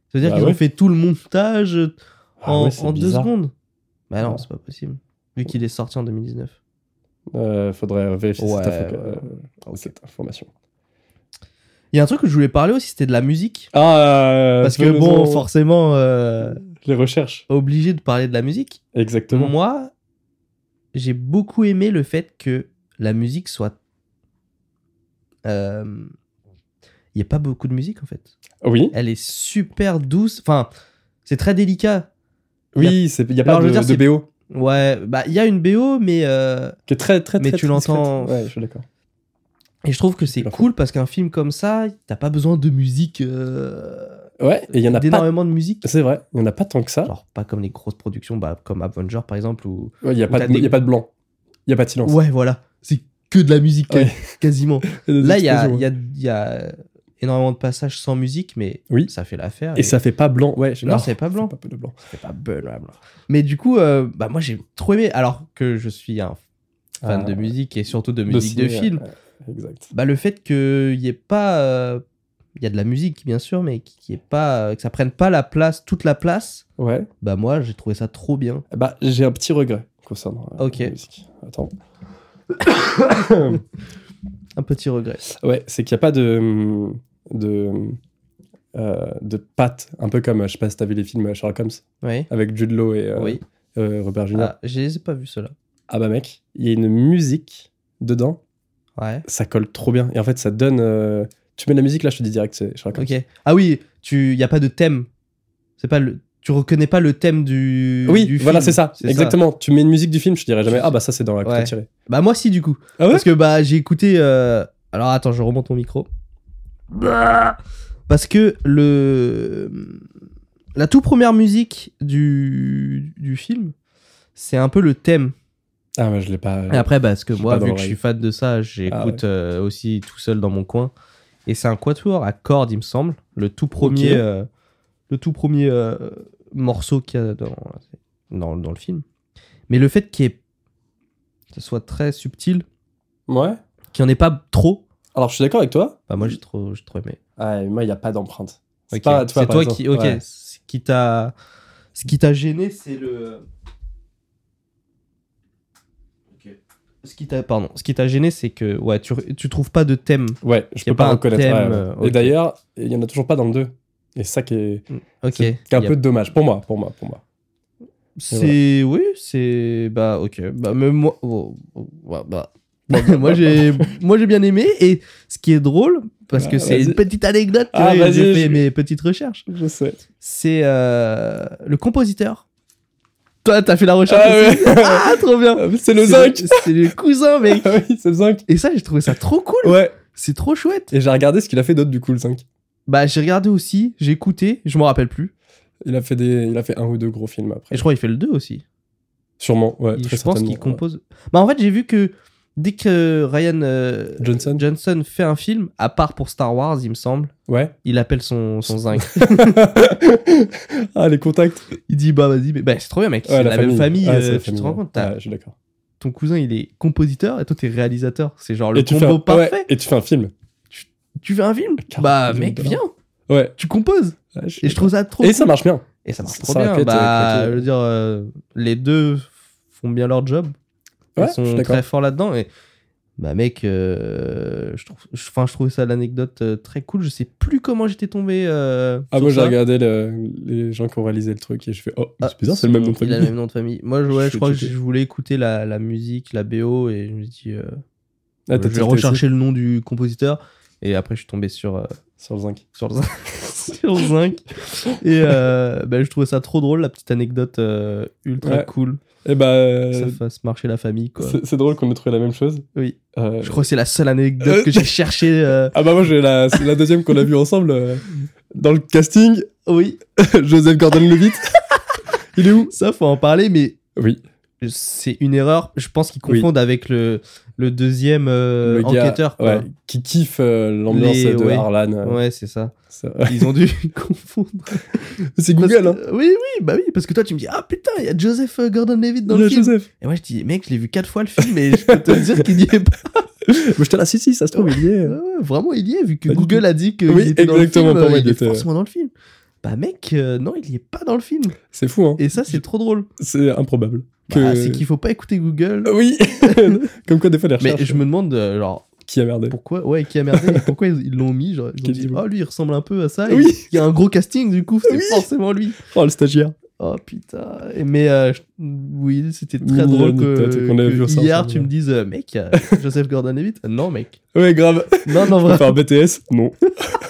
S2: ça veut dire
S1: Bah
S2: qu'ils ont
S1: ouais.
S2: fait tout le montage euh,
S1: Ah
S2: en,
S1: ouais, c'est
S2: en deux
S1: bizarre.
S2: secondes. Bah non,
S1: Ouais.
S2: c'est pas possible. Vu qu'il est sorti en 2019.
S1: Euh, faudrait vérifier
S2: Ouais,
S1: cette, info-
S2: ouais,
S1: euh,
S2: Ok.
S1: cette information.
S2: Il y a un truc que je voulais parler aussi, c'était de la musique.
S1: Ah
S2: Parce que bon, forcément, euh,
S1: Les recherches.
S2: obligé de parler de la musique.
S1: Exactement.
S2: Moi, j'ai beaucoup aimé le fait que la musique soit. Euh, Il n'y a pas beaucoup de musique en fait.
S1: Oui,
S2: Elle est super douce. Enfin, c'est très délicat.
S1: oui, c'est- il n'y a
S2: Alors,
S1: pas
S2: je
S1: de,
S2: veux dire,
S1: de
S2: c'est-
S1: BO.
S2: Ouais, bah il y a une BO, mais euh,
S1: Qui est très, très,
S2: Mais
S1: très,
S2: tu
S1: très discrète.
S2: l'entends-
S1: Ouais, je suis d'accord.
S2: Et je trouve que c'est
S1: Tout à fait.
S2: cool parce qu'un film comme ça, t'as pas besoin de musique. euh,
S1: Ouais, et il y en a pas.
S2: d'énormément de musique.
S1: C'est vrai, il n'y en a pas tant que ça.
S2: Genre, pas comme les grosses productions bah, comme Avenger par exemple. Ou...
S1: Ouais, Il n'y a,
S2: Ou
S1: pas
S2: t'as
S1: de-
S2: des-
S1: il y a pas de blanc. Il n'y a pas de silence.
S2: Ouais, voilà. C'est que de la musique
S1: Ouais.
S2: quasi- quasiment.
S1: Des
S2: Là, il y a,
S1: explosions,
S2: il y, a, il y a énormément de passages sans musique, mais
S1: Oui.
S2: ça fait l'affaire.
S1: ouais. Et ça fait pas blanc. Ouais, je-
S2: Non,
S1: Ah,
S2: c'est pas blanc.
S1: Pas peu de blanc.
S2: fait pas belle, bla, bla. Mais du coup, euh, bah, moi j'ai trop aimé. Alors que je suis un fan
S1: Ah,
S2: de musique et surtout de musique de,
S1: ciné,
S2: film,
S1: ouais, Exact.
S2: bah, le fait qu'il n'y ait pas. euh, Il y a de la musique, bien sûr, mais qui, qui est pas, euh, que ça prenne pas la place, toute la place,
S1: Ouais.
S2: bah moi j'ai trouvé ça trop bien.
S1: Bah, j'ai un petit regret concernant euh,
S2: Ok.
S1: la musique. Attends.
S2: Un petit regret.
S1: Ouais, c'est qu'il n'y a pas de. de. euh, de patte. Un peu comme, euh, je sais pas si t'as vu les films euh, Sherlock Holmes
S2: Oui.
S1: avec Jude Law et euh,
S2: oui.
S1: euh, Robert Jr. Ah.
S2: Ah, je les ai pas vus ceux-là.
S1: bah, mec, il y a une musique dedans.
S2: Ouais.
S1: Ça colle trop bien. Et en fait, ça donne. euh, tu mets la musique là, je te dis direct, c'est Sherlock Holmes.
S2: Ok. Ah oui, tu, y a pas de thème. C'est pas le, tu reconnais pas le thème du.
S1: Oui,
S2: du
S1: voilà,
S2: film.
S1: c'est ça. Exactement. Tu mets une musique du film, je te dirais jamais, ah bah ça c'est dans la
S2: Ouais.
S1: ouais. tirée.
S2: Bah moi si du coup.
S1: Ah ouais
S2: Parce que bah j'ai écouté. euh, Alors attends, je remonte mon micro. Parce que le la toute première musique du du film, c'est un peu le thème.
S1: Ah, bah je l'ai pas.
S2: Et après, bah, parce que
S1: J'ai
S2: moi,
S1: pas
S2: vu que je
S1: d'oreille.
S2: suis fan de ça,
S1: Ah
S2: j'écoute euh, aussi tout seul dans mon coin. Et c'est un quatuor à cordes, il me semble. Le tout premier,
S1: Ok.
S2: euh, le tout premier euh, morceau qu'il y a dans, dans, dans le film. Mais le fait qu'il y ait- que ce soit très subtil,
S1: Ouais.
S2: qu'il n'y en ait pas trop,
S1: Alors, je suis d'accord avec toi.
S2: Bah, moi, j'ai trop, j'ai trop aimé.
S1: Ah, mais moi, il n'y a pas d'empreinte. C'est
S2: Ok.
S1: pas-
S2: C'est
S1: tu vois,
S2: toi,
S1: par exemple,
S2: qui. Ok.
S1: ouais.
S2: Ce qui t'a. Ce qui t'a gêné, c'est le. Ce qui t'a. Pardon. Ce qui t'a gêné, c'est que. Ouais, tu, tu trouves pas de thème.
S1: Ouais, je
S2: Y a
S1: peux
S2: pas
S1: pas,
S2: un
S1: reconnaître.
S2: thème,
S1: ouais, ouais.
S2: euh,
S1: Et
S2: ok.
S1: d'ailleurs, il n'y en a toujours pas dans le 2. Et c'est ça qui est, c'est-
S2: Ok.
S1: qui est un
S2: Y a-
S1: peu dommage. Pour moi, pour moi, pour moi.
S2: C'est. Oui, c'est. Bah, ok. Bah, même moi. oh, oh, bah, bah. moi j'ai moi j'ai bien aimé et ce qui est drôle parce que
S1: Ah,
S2: c'est
S1: vas-y.
S2: une petite anecdote que
S1: Ah, vas-y,
S2: j'ai fait
S1: je-
S2: mes petites recherches
S1: Je sais.
S2: c'est euh, le compositeur toi t'as fait la recherche
S1: Ah
S2: aussi
S1: ouais.
S2: ah trop bien
S1: C'est le
S2: C'est
S1: 5
S2: C'est le cousin, mec.
S1: Ah oui, c'est le 5
S2: Et ça, j'ai trouvé ça trop cool.
S1: Ouais.
S2: C'est trop chouette.
S1: Et j'ai regardé ce qu'il a fait d'autre, du coup, le 5.
S2: Bah, j'ai regardé aussi, j'ai écouté, je m'en rappelle plus.
S1: Il a fait, des... il a fait un ou deux gros films après.
S2: Et je crois qu'il fait le 2 aussi.
S1: Sûrement, ouais.
S2: Il-
S1: très
S2: je pense
S1: certainement,
S2: qu'il
S1: ouais.
S2: compose. Bah, en fait, j'ai vu que dès que Ryan euh,
S1: Johnson.
S2: Johnson fait un film, à part pour Star Wars, il me semble,
S1: Ouais.
S2: il appelle son, son zinc.
S1: ah, les contacts.
S2: il dit, bah, vas-y, mais bah, c'est trop bien, mec.
S1: Ouais,
S2: c'est la, même famille.
S1: Ouais,
S2: euh,
S1: c'est la
S2: tu
S1: famille,
S2: te rends
S1: ouais.
S2: compte t'as-
S1: Ouais, je suis d'accord.
S2: Ton cousin, il est compositeur et toi, t'es réalisateur. C'est genre le
S1: Et tu, fais
S2: combo
S1: un... ouais,
S2: parfait.
S1: et tu fais un film.
S2: Tu fais un film
S1: Quarante
S2: Bah,
S1: millions de
S2: mec,
S1: dollars.
S2: viens.
S1: Ouais.
S2: Tu composes.
S1: Ouais, suis
S2: Et je trouve ça trop
S1: d'accord. Et ça marche bien.
S2: Et ça marche
S1: Ça
S2: trop
S1: aurait
S2: bien.
S1: pu être, euh,
S2: Bah,
S1: craqué.
S2: je veux dire, euh, les deux font bien leur job.
S1: Ouais,
S2: Ils
S1: je suis
S2: sont
S1: d'accord.
S2: très forts là-dedans. Et bah, mec, euh, je trouve, je, enfin, je trouvais ça l'anecdote euh, très cool. Je sais plus comment j'étais tombé. euh,
S1: Ah,
S2: sur
S1: moi, j'ai
S2: ça.
S1: regardé le- les gens qui ont réalisé le truc et je fais, oh,
S2: Ah,
S1: c'est bizarre, c'est le même nom de
S2: Il a
S1: famille.
S2: le même nom de famille. Moi, je, ouais,
S1: Je
S2: je
S1: vais
S2: crois que
S1: checker.
S2: je voulais écouter la, la musique, la BO, et je me dis, euh,
S1: Ah,
S2: je
S1: t'as
S2: vais
S1: tilté
S2: rechercher le nom du compositeur. Et après, je suis tombé sur. euh,
S1: aussi Sur le zinc.
S2: sur le zinc. sur le zinc. Et euh, bah, je trouvais ça trop drôle, la petite anecdote euh, ultra
S1: Ouais.
S2: cool.
S1: Eh bah,
S2: que ça
S1: euh,
S2: fasse marcher la famille, quoi.
S1: c'est c'est drôle qu'on ait trouvé la même chose.
S2: Oui.
S1: Euh,
S2: Je crois que c'est la seule anecdote
S1: Euh,
S2: que j'ai cherchée. euh,
S1: Ah bah moi j'ai la, c'est la deuxième qu'on a vue ensemble euh, dans le casting,
S2: Oui,
S1: Joseph Gordon-Levitt. Il est où
S2: ça, faut en parler, mais
S1: Oui,
S2: c'est une erreur. Je pense qu'ils
S1: Oui.
S2: confondent avec le, le deuxième euh,
S1: le gars
S2: enquêteur. quoi.
S1: ouais, qui kiffe euh, l'ambiance
S2: Les-
S1: de
S2: ouais.
S1: Harlan. euh,
S2: Ouais, c'est ça.
S1: ça-
S2: Ils ont dû confondre.
S1: C'est
S2: Parce
S1: Google, hein.
S2: que- Oui, oui, bah oui, parce que toi tu me dis ah putain, il y a Joseph euh, Gordon-Levitt dans
S1: Il y
S2: le
S1: a
S2: film.
S1: Joseph.
S2: Et moi je dis mec, je l'ai vu quatre fois le film et je peux te dire qu'il n'y est pas.
S1: Mais je te la si si, ça se trouve, il y est.
S2: Ouais, ouais, vraiment, il y est vu que
S1: Pas du
S2: Google a dit que
S1: Oui,
S2: il était dans le
S1: exactement,
S2: film,
S1: pour moi,
S2: euh,
S1: il
S2: il est
S1: était-
S2: forcément dans le film. Bah mec, euh, non, il y est pas dans le film.
S1: C'est fou, hein.
S2: Et ça c'est trop drôle.
S1: C'est improbable.
S2: Bah,
S1: Que- Ah
S2: c'est qu'il faut pas écouter Google.
S1: Oui. Comme quoi des fois les
S2: Mais
S1: recherches.
S2: Euh, je me demande, euh, genre,
S1: Qui a merdé.
S2: pourquoi, ouais, qui a merdé, et pourquoi ils ils l'ont mis, genre, ils ont
S1: Quel
S2: dit,
S1: niveau.
S2: oh, lui, il ressemble un peu à ça, et
S1: Oui.
S2: il y a un gros casting, du coup, c'est
S1: Oui.
S2: forcément lui.
S1: Oh le stagiaire.
S2: Oh, putain. Et Mais, euh, je- oui, c'était très
S1: Mille
S2: drôle que,
S1: anecdotes qu'on a
S2: que
S1: vues ensemble,
S2: hier,
S1: ouais.
S2: tu me dises, euh, mec, euh, Joseph Gordon-Levitt, non, mec.
S1: Ouais grave.
S2: Non, non,
S1: Faut
S2: vraiment,
S1: faire un BTS Non.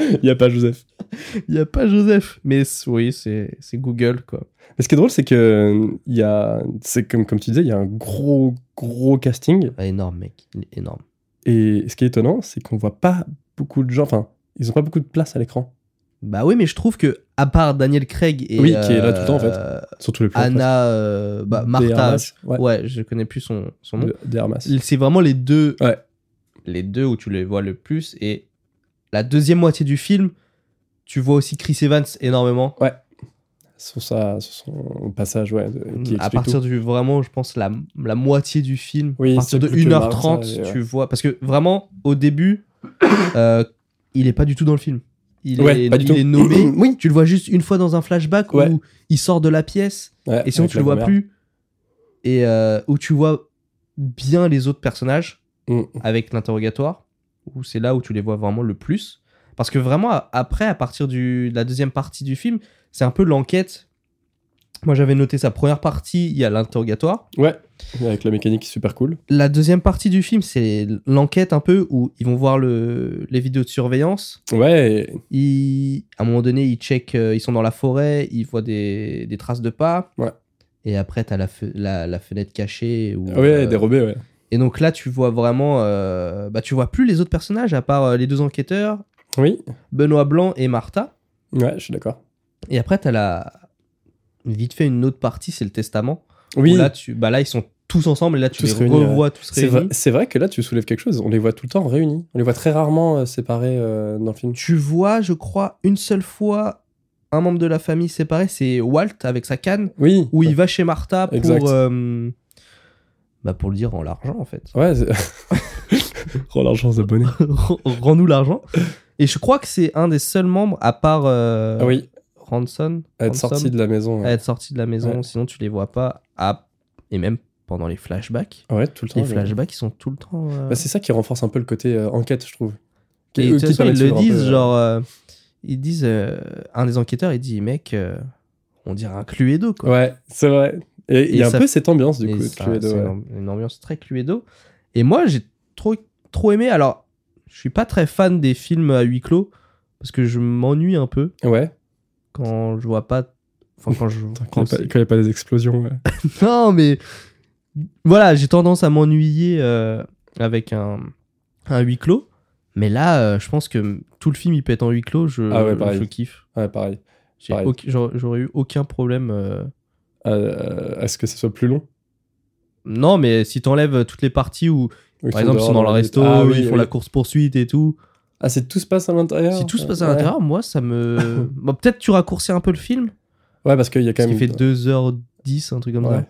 S1: Il y a pas Joseph.
S2: il n'y a pas Joseph. Mais c- oui, c'est c'est Google, quoi.
S1: Mais ce qui est drôle, c'est que euh, il y a, c'est comme comme tu disais, il y a un gros gros casting.
S2: Ah, énorme, mec. Il est énorme.
S1: Et ce qui est étonnant, c'est qu'on voit pas beaucoup de gens. Enfin, ils ont pas beaucoup de place à l'écran.
S2: Bah oui, mais je trouve que, à part Daniel Craig et.
S1: Oui, qui est là tout le temps, en fait.
S2: euh,
S1: Surtout les plus
S2: Anna, euh, bah,
S1: Des
S2: Martha.
S1: Armas, ouais,
S2: Ouais, je connais plus son, son nom.
S1: de- des Armas.
S2: C'est vraiment les deux.
S1: Ouais.
S2: Les deux où tu les vois le plus. Et la deuxième moitié du film, tu vois aussi Chris Evans énormément.
S1: Sur sa- sur son passage, ouais, de- qui
S2: à
S1: explique
S2: partir
S1: tout.
S2: du vraiment, je pense, la, la moitié du film.
S1: Oui,
S2: à partir
S1: c'est
S2: de
S1: plus que
S2: 1h30,
S1: Martha, et ouais.
S2: tu vois. Parce que vraiment, au début, euh, il est pas du tout dans le film. Il,
S1: Ouais,
S2: est,
S1: pas du
S2: il
S1: tout.
S2: est nommé.
S1: Oui.
S2: Tu le vois juste une fois dans un flashback
S1: Ouais.
S2: où il sort de la pièce.
S1: Ouais,
S2: Et sinon,
S1: avec
S2: tu
S1: la
S2: le vois
S1: grand-mère.
S2: plus. Et euh, où tu vois bien les autres personnages
S1: Mm.
S2: avec l'interrogatoire, où c'est là où tu les vois vraiment le plus. Parce que vraiment, a- après, à partir du, de la deuxième partie du film, c'est un peu l'enquête. Moi, j'avais noté sa première partie, il y a l'interrogatoire.
S1: Ouais, avec la mécanique super cool.
S2: La deuxième partie du film, c'est l'enquête un peu où ils vont voir le, les vidéos de surveillance.
S1: Ouais, et-
S2: Ils- à un moment donné, ils checkent, euh, ils sont dans la forêt, ils voient des, des traces de pas.
S1: Ouais.
S2: Et après, t'as la, fe- la, la fenêtre cachée. Où,
S1: Ah ouais,
S2: euh,
S1: dérobé, ouais.
S2: et donc là, tu vois vraiment. euh, bah, tu vois plus les autres personnages, à part euh, les deux enquêteurs,
S1: Oui,
S2: Benoît Blanc et Martha.
S1: ouais, je suis d'accord.
S2: Et après, t'as la. Vite fait, une autre partie, c'est le testament.
S1: Oui,
S2: Où là, tu... bah, là, ils sont tous ensemble et là, tu
S1: Tous
S2: les
S1: réunis, ouais.
S2: revois tous
S1: c'est
S2: réunis.
S1: vrai, c'est vrai que là, tu soulèves quelque chose. On les voit tout le temps réunis. On les voit très rarement euh, séparés euh, dans le film.
S2: Tu vois, je crois, une seule fois un membre de la famille séparé, c'est Walt avec sa canne,
S1: Oui.
S2: où il va chez Martha
S1: Exact.
S2: pour. euh, Bah, pour le dire en l'argent, en fait.
S1: Ouais, c'est- Rends Oh, l'argent aux abonnés.
S2: Rends-nous l'argent. Et je crois que c'est un des seuls membres, à part euh,
S1: Ah oui,
S2: Ransom,
S1: à être
S2: Ransom,
S1: sorti de la maison.
S2: à
S1: Ouais,
S2: être sorti de la maison,
S1: Ouais.
S2: sinon tu les vois pas. à- Et même pendant les flashbacks.
S1: Ouais, tout le temps.
S2: les
S1: je-
S2: flashbacks, ils sont tout le temps. euh,
S1: Bah, c'est ça qui renforce un peu le côté euh, enquête, je trouve.
S2: Et
S1: Qui-
S2: de
S1: euh,
S2: toute
S1: qui
S2: façon,
S1: permet
S2: ils
S1: de
S2: le
S1: suivre un
S2: disent,
S1: peu, euh,
S2: genre, euh, ils disent, euh, un des enquêteurs, il dit, mec, euh, on dirait un Cluedo, quoi.
S1: Ouais, c'est vrai. Et il y
S2: Et
S1: a
S2: ça-
S1: un peu cette ambiance, du
S2: Et
S1: coup, de
S2: ça,
S1: Cluedo,
S2: c'est
S1: ouais.
S2: une amb- une ambiance très Cluedo. Et moi, j'ai trop, trop aimé. Alors, je suis pas très fan des films à huis clos parce que je m'ennuie un peu
S1: Ouais,
S2: quand je vois pas. Enfin, quand je.
S1: quand il n'y
S2: quand
S1: a,
S2: c'est-
S1: pas- quand il y a pas des explosions. ouais.
S2: non, mais voilà, j'ai tendance à m'ennuyer euh, avec un, un huis clos. Mais là, euh, je pense que tout le film, il peut être en huis clos. Je,
S1: Ah ouais, pareil.
S2: je kiffe.
S1: Ouais, pareil.
S2: J'ai
S1: Pareil.
S2: auc- J'aurais j'aurais eu aucun problème. euh,
S1: Euh, Est-ce que ça soit plus long
S2: Non, mais si t'enlèves toutes les parties où,
S1: Ou ils
S2: par
S1: sont
S2: exemple, ils sont
S1: dehors
S2: dans le
S1: la nuit
S2: resto,
S1: Ah oui,
S2: ils font
S1: oui.
S2: la course-poursuite et tout,
S1: Ah, c'est tout se passe à l'intérieur
S2: si tout se passe à
S1: Ouais.
S2: l'intérieur, moi, ça me. Bon, Peut-être tu raccourcis un peu le film,
S1: Ouais, parce qu'il y a quand
S2: parce qu'il
S1: même. euh,
S2: fait 2h10, un truc comme
S1: Ouais.
S2: ça.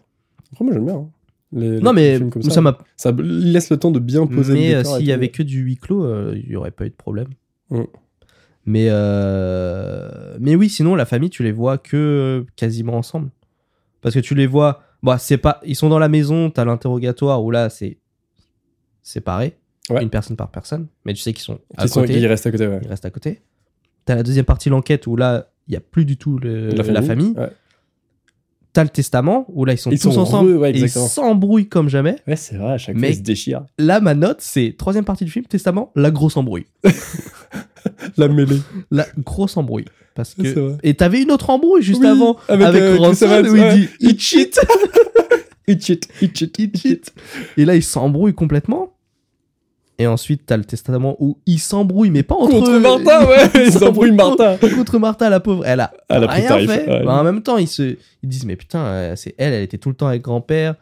S1: Après, moi, j'aime bien. hein. Les, les
S2: Non, mais
S1: films comme
S2: ça m'a.
S1: Ça b- laisse le temps de bien poser le
S2: Mais euh,
S1: décor et
S2: s'il y
S1: tout.
S2: avait que du huis clos, euh, il y aurait pas eu de problème.
S1: Mm.
S2: Mais, euh, mais oui, sinon, la famille, tu les vois que euh, quasiment ensemble. Parce que tu les vois. Bon, c'est pas... Ils sont dans la maison, t'as l'interrogatoire où là, c'est séparé.
S1: Ouais.
S2: Une personne par personne. Mais tu sais qu'ils sont à
S1: Qui sont-
S2: côté.
S1: qui restent à côté, ouais.
S2: il reste à côté. T'as la deuxième partie de l'enquête où là, il n'y a plus du tout le- la famille.
S1: Ouais,
S2: T'as le testament où là, ils sont
S1: Ils
S2: tous
S1: sont
S2: ensemble
S1: heureux, ouais,
S2: et ils
S1: exactement.
S2: s'embrouillent comme jamais.
S1: Ouais, c'est vrai, à chaque
S2: Mais-
S1: fois, ils se déchirent.
S2: Là, ma note, c'est troisième partie du film, testament, la grosse embrouille.
S1: La mêlée.
S2: La grosse embrouille. Parce
S1: C'est
S2: que...
S1: vrai.
S2: Et t'avais une autre embrouille juste
S1: Oui,
S2: avant avec,
S1: euh, Chris
S2: Ransom
S1: Evans,
S2: où il
S1: ouais.
S2: dit « It cheat
S1: It cheat, it cheat, !»
S2: It cheat. Et là, ils s'embrouillent complètement. Et ensuite, t'as le testament où ils s'embrouillent, mais pas entre
S1: Contre
S2: eux.
S1: Martin, ouais, ils embrouillent Martin.
S2: contre Martha la pauvre elle a,
S1: Elle a pris
S2: rien
S1: Ah, tarif,
S2: fait
S1: ouais.
S2: Bah, en même temps ils se ils disent mais putain euh, c'est elle elle était tout le temps avec grand père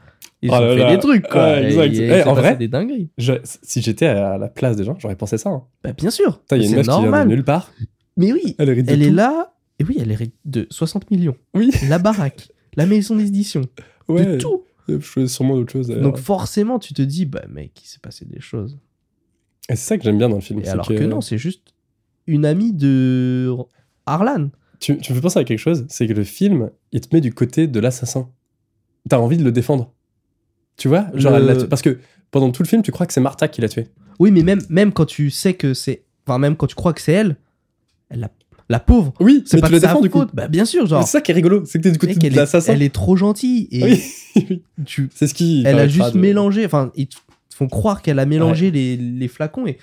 S2: ils
S1: Oh
S2: ont
S1: là
S2: fait
S1: là.
S2: des trucs quoi
S1: Ouais,
S2: Et-
S1: exact.
S2: et
S1: Eh,
S2: il s'est
S1: en
S2: passé
S1: vrai
S2: des dingueries
S1: Je- si j'étais à la place des gens, j'aurais pensé ça. hein.
S2: bah bien sûr
S1: Putain, il y a une
S2: c'est
S1: meuf qui vient
S2: normal
S1: de nulle part.
S2: mais oui
S1: Elle hérite de
S2: elle est
S1: tout.
S2: là et oui elle hérite de 60 millions
S1: Oui.
S2: la baraque la maison d'édition de
S1: Ouais, euh,
S2: tout
S1: je faisais sûrement euh, d'autres choses. d'ailleurs.
S2: donc forcément tu te dis bah mec il s'est passé des choses
S1: Et c'est ça que j'aime bien dans le film.
S2: et
S1: c'est euh,
S2: alors que... non c'est juste une amie de Arlan
S1: Tu, tu me fais penser à quelque chose, c'est que le film, il te met du côté de l'assassin. T'as envie de le défendre. Tu vois Genre,
S2: Le-
S1: elle l'a tué- Parce que pendant tout le film, tu crois que c'est Martha qui l'a tué.
S2: oui mais même même quand tu sais que c'est enfin même quand tu crois que c'est elle elle la, la pauvre
S1: Oui,
S2: C'est
S1: mais
S2: pas
S1: tu
S2: de
S1: le
S2: sa
S1: défends du coup.
S2: faute. Bah bien sûr,
S1: Mais
S2: genre.
S1: C'est ça qui est rigolo, c'est que t'es du côté
S2: mec, elle,
S1: de
S2: est,
S1: l'assassin.
S2: elle est trop gentille et
S1: Oui,
S2: tu,
S1: c'est ce qui.
S2: elle a
S1: permettra
S2: juste
S1: de-
S2: mélangé. Enfin, ils te font croire qu'elle a mélangé les, les flacons et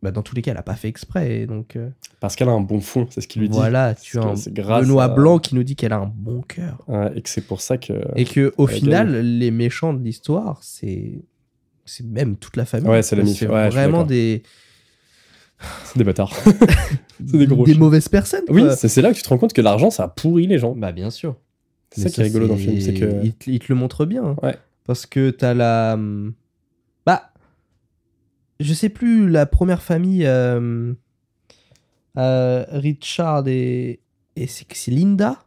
S2: bah, dans tous les cas, elle a pas fait exprès. et donc euh,
S1: Parce qu'elle a un bon fond, c'est ce qu'il lui dit.
S2: voilà,
S1: Parce
S2: tu
S1: que
S2: as un
S1: c'est grâce
S2: Benoît
S1: à-
S2: Blanc qui nous dit qu'elle a un bon cœur
S1: Ouais, et que c'est pour ça que.
S2: et que au
S1: elle
S2: final, les méchants de l'histoire, c'est c'est même toute la famille.
S1: Ouais, c'est la
S2: Parce
S1: mif-
S2: que
S1: ouais, je suis
S2: vraiment
S1: d'accord.
S2: des
S1: C'est des bâtards. c'est des gros. chiens.
S2: mauvaises personnes.
S1: Oui,
S2: quoi.
S1: c'est c'est là que tu te rends compte que l'argent, ça pourrit les gens.
S2: bah bien sûr.
S1: C'est
S2: Mais
S1: ça qui est rigolo dans le film, c'est que.
S2: Il te, il te le montre bien. hein.
S1: Ouais.
S2: Parce que t'as la. hum, Bah. Je sais plus, la première famille. euh, euh, Richard et. Et c'est que c'est Linda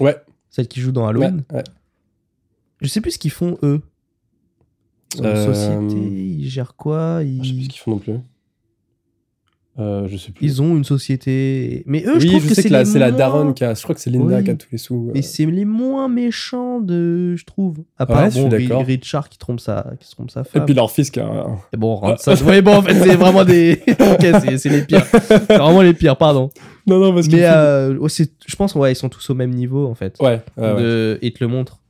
S1: Ouais.
S2: Celle qui joue dans Halloween
S1: Ouais, ouais.
S2: Je sais plus ce qu'ils font, eux. Ils ont une
S1: Euh,
S2: société, ils gèrent quoi
S1: Ah, Je sais plus
S2: ils...
S1: ce qu'ils font non plus. Euh, je sais plus.
S2: ils ont une société. Mais eux, je
S1: oui,
S2: trouve
S1: je,
S2: que
S1: sais
S2: c'est
S1: que la-
S2: les
S1: c'est la
S2: moins-
S1: daronne qui a. Je crois que c'est Linda
S2: Oui.
S1: qui a tous les sous.
S2: Mais
S1: euh.
S2: c'est les moins méchants de, je trouve. À part
S1: Ouais, je suis
S2: bon, Ri-
S1: d'accord.
S2: Richard qui trompe sa, qui trompe sa
S1: Et
S2: femme.
S1: puis Ah. leur fils qui a. un-
S2: Et bon, Ransom. Oui, bon, en fait, c'est vraiment des. ok, c'est- c'est les pires. C'est vraiment les pires, pardon.
S1: Non, non, parce que.
S2: Mais euh, oh, c'est- je pense, ouais, ils sont tous au même niveau, en fait.
S1: Ouais, Ah ouais, ouais.
S2: De- Ils te le montrent.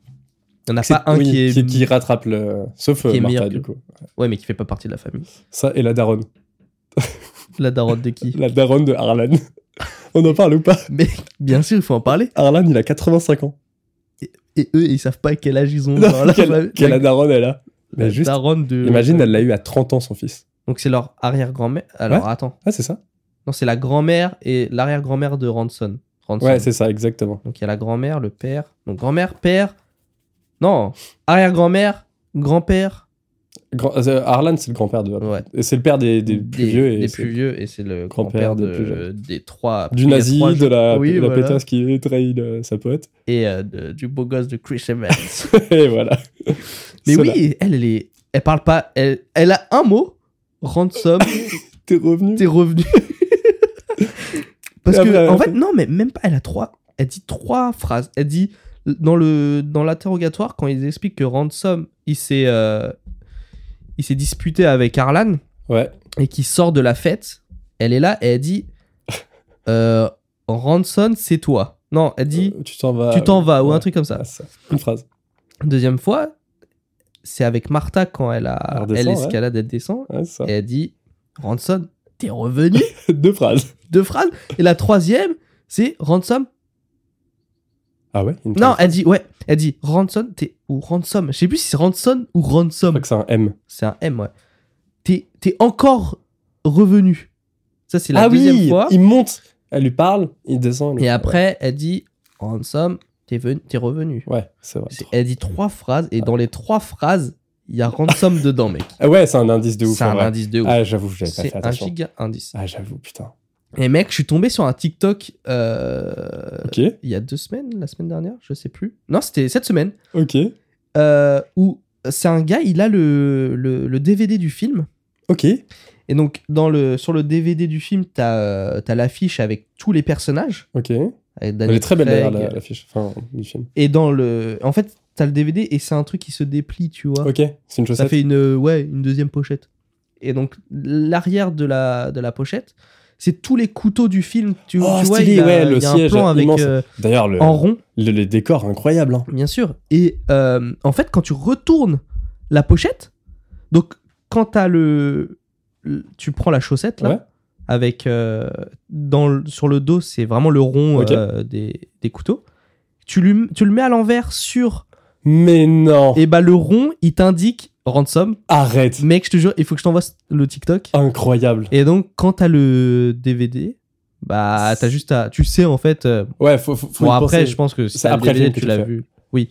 S2: Il n'y en a
S1: C'est-
S2: pas un
S1: oui,
S2: qui est.
S1: qui rattrape le. Sauf
S2: qui
S1: euh,
S2: est
S1: Martha,
S2: meilleur que-
S1: du coup.
S2: Ouais, mais qui fait pas partie de la famille.
S1: Ça et la daronne.
S2: La darotte de qui
S1: La daronne de Harlan. On en parle ou pas
S2: Mais bien sûr, il faut en parler.
S1: Harlan, il a 85 ans.
S2: Et eux, ils savent pas à quel âge ils ont. genre,
S1: Non,
S2: la-
S1: Quelle
S2: la-
S1: quelle la daronne elle a
S2: la
S1: Mais juste,
S2: daronne de.
S1: imagine, elle l'a eu à 30 ans, son fils.
S2: Donc, c'est leur arrière-grand-mère. Alors, attends.
S1: Ah, c'est ça
S2: Non, c'est la grand-mère et l'arrière-grand-mère de Ranson. Ranson.
S1: Ouais, c'est ça, exactement.
S2: Donc il y a la grand-mère, le père. Donc grand-mère, père. Non, arrière-grand-mère, grand-père.
S1: Grand- euh, Harlan, c'est le grand-père de.
S2: Ouais.
S1: Et c'est le père des, des plus vieux. Et
S2: des
S1: c'est-
S2: plus vieux et c'est le grand-père
S1: grand-père des
S2: de-
S1: plus jeunes.
S2: des trois.
S1: Du
S2: des
S1: nazi,
S2: trois-
S1: de la,
S2: Oui,
S1: de la
S2: voilà.
S1: pétasse qui étrahit le- sa pote.
S2: Et euh, de- du beau gosse de Chris Evans.
S1: et voilà.
S2: Mais
S1: Cela.
S2: oui, elle, elle est. Elle parle pas. Elle, elle a un mot, ransom,
S1: T'es revenu.
S2: t'es revenu. Parce
S1: Et après, euh,
S2: que,
S1: elle
S2: en
S1: a
S2: fait,
S1: fait-
S2: non, mais même pas, elle a trois. Elle dit trois phrases. Elle dit, dans le dans l'interrogatoire, quand ils expliquent que Ransom, il s'est euh, il s'est disputé avec Arlan
S1: Ouais.
S2: et qui sort de la fête, elle est là et elle dit euh, Ransom, c'est toi. Non, elle dit
S1: Euh, tu t'en vas.
S2: tu t'en vas ou un
S1: ouais.
S2: truc comme ça.
S1: Ah, ça. Une phrase.
S2: Deuxième fois, c'est avec Martha quand elle a
S1: Elle redescend,
S2: elle
S1: ouais.
S2: escalade, elle descend
S1: Ouais, c'est ça.
S2: et elle dit Ransom, t'es revenu
S1: Deux phrases.
S2: Deux phrases. Et la troisième, c'est Ransom.
S1: Ah ouais une
S2: Non,
S1: phrase.
S2: elle dit ouais, elle dit Ransom, t'es ou Ransom. Je sais plus si c'est Ransom ou
S1: Je
S2: Ransom.
S1: crois que c'est un M.
S2: C'est un M, ouais. T'es t'es encore revenu. Ça c'est la
S1: ah
S2: deuxième
S1: oui
S2: fois.
S1: Il monte. Elle lui parle, il descend. elle lui-
S2: Et après, elle dit Ransom, t'es venu, t'es revenu.
S1: Ouais, c'est vrai.
S2: C'est- Elle dit trois phrases et dans les trois phrases, il y a Ransom dedans, mec.
S1: Ah ouais, c'est un indice de ouf.
S2: C'est
S1: en
S2: un
S1: vrai.
S2: indice de ouf.
S1: Ah, j'avoue, j'avais pas fait
S2: c'est un
S1: attention.
S2: giga indice.
S1: Ah, j'avoue, putain.
S2: Et mec, je suis tombé sur un TikTok euh,
S1: Ok,
S2: il y a deux semaines, la semaine dernière, je sais plus. Non, c'était cette semaine.
S1: ok,
S2: euh, où c'est un gars, il a le, le, le DVD du film.
S1: ok.
S2: Et donc, dans le, sur le DVD du film, t'as euh, t'as l'affiche avec tous les personnages.
S1: Ok.
S2: Avec
S1: Elle
S2: Daniel
S1: est très belle
S2: Craig.
S1: d'ailleurs, la- l'affiche enfin, du film.
S2: Et dans le. En fait, t'as le DVD et c'est un truc qui se déplie, tu vois.
S1: Ok, c'est une
S2: Oh. Ça
S1: chaussette.
S2: fait une, euh, ouais, une deuxième pochette. Et donc, l'arrière de la, de la pochette, c'est tous les couteaux du film. Tu,
S1: Oh,
S2: tu vois,
S1: stylé,
S2: il y a,
S1: ouais, le
S2: il y a un
S1: siège
S2: plan avec,
S1: immense.
S2: euh,
S1: D'ailleurs, le,
S2: en rond,
S1: le, le décor incroyable. hein.
S2: bien sûr. Et euh, en fait, quand tu retournes la pochette, donc quand t'as le, le- Tu prends la chaussette, là,
S1: Ouais.
S2: avec. euh, dans le- sur le dos, c'est vraiment le rond
S1: Ok.
S2: euh, des, des couteaux. Tu, lui- tu le mets à l'envers sur.
S1: Mais non,
S2: Et bah, le rond, il t'indique ransom.
S1: arrête.
S2: Mec, je te jure, il faut que je t'envoie le TikTok.
S1: Incroyable.
S2: Et donc, quand t'as le DVD, bah, t'as juste à. Tu sais, en fait. euh,
S1: Ouais, faut, faut, faut
S2: bon,
S1: y
S2: après,
S1: penser.
S2: je pense que si
S1: C'est
S2: t'as le
S1: après le
S2: DVD,
S1: film que
S2: tu
S1: tu
S2: l'as
S1: le fais.
S2: vu.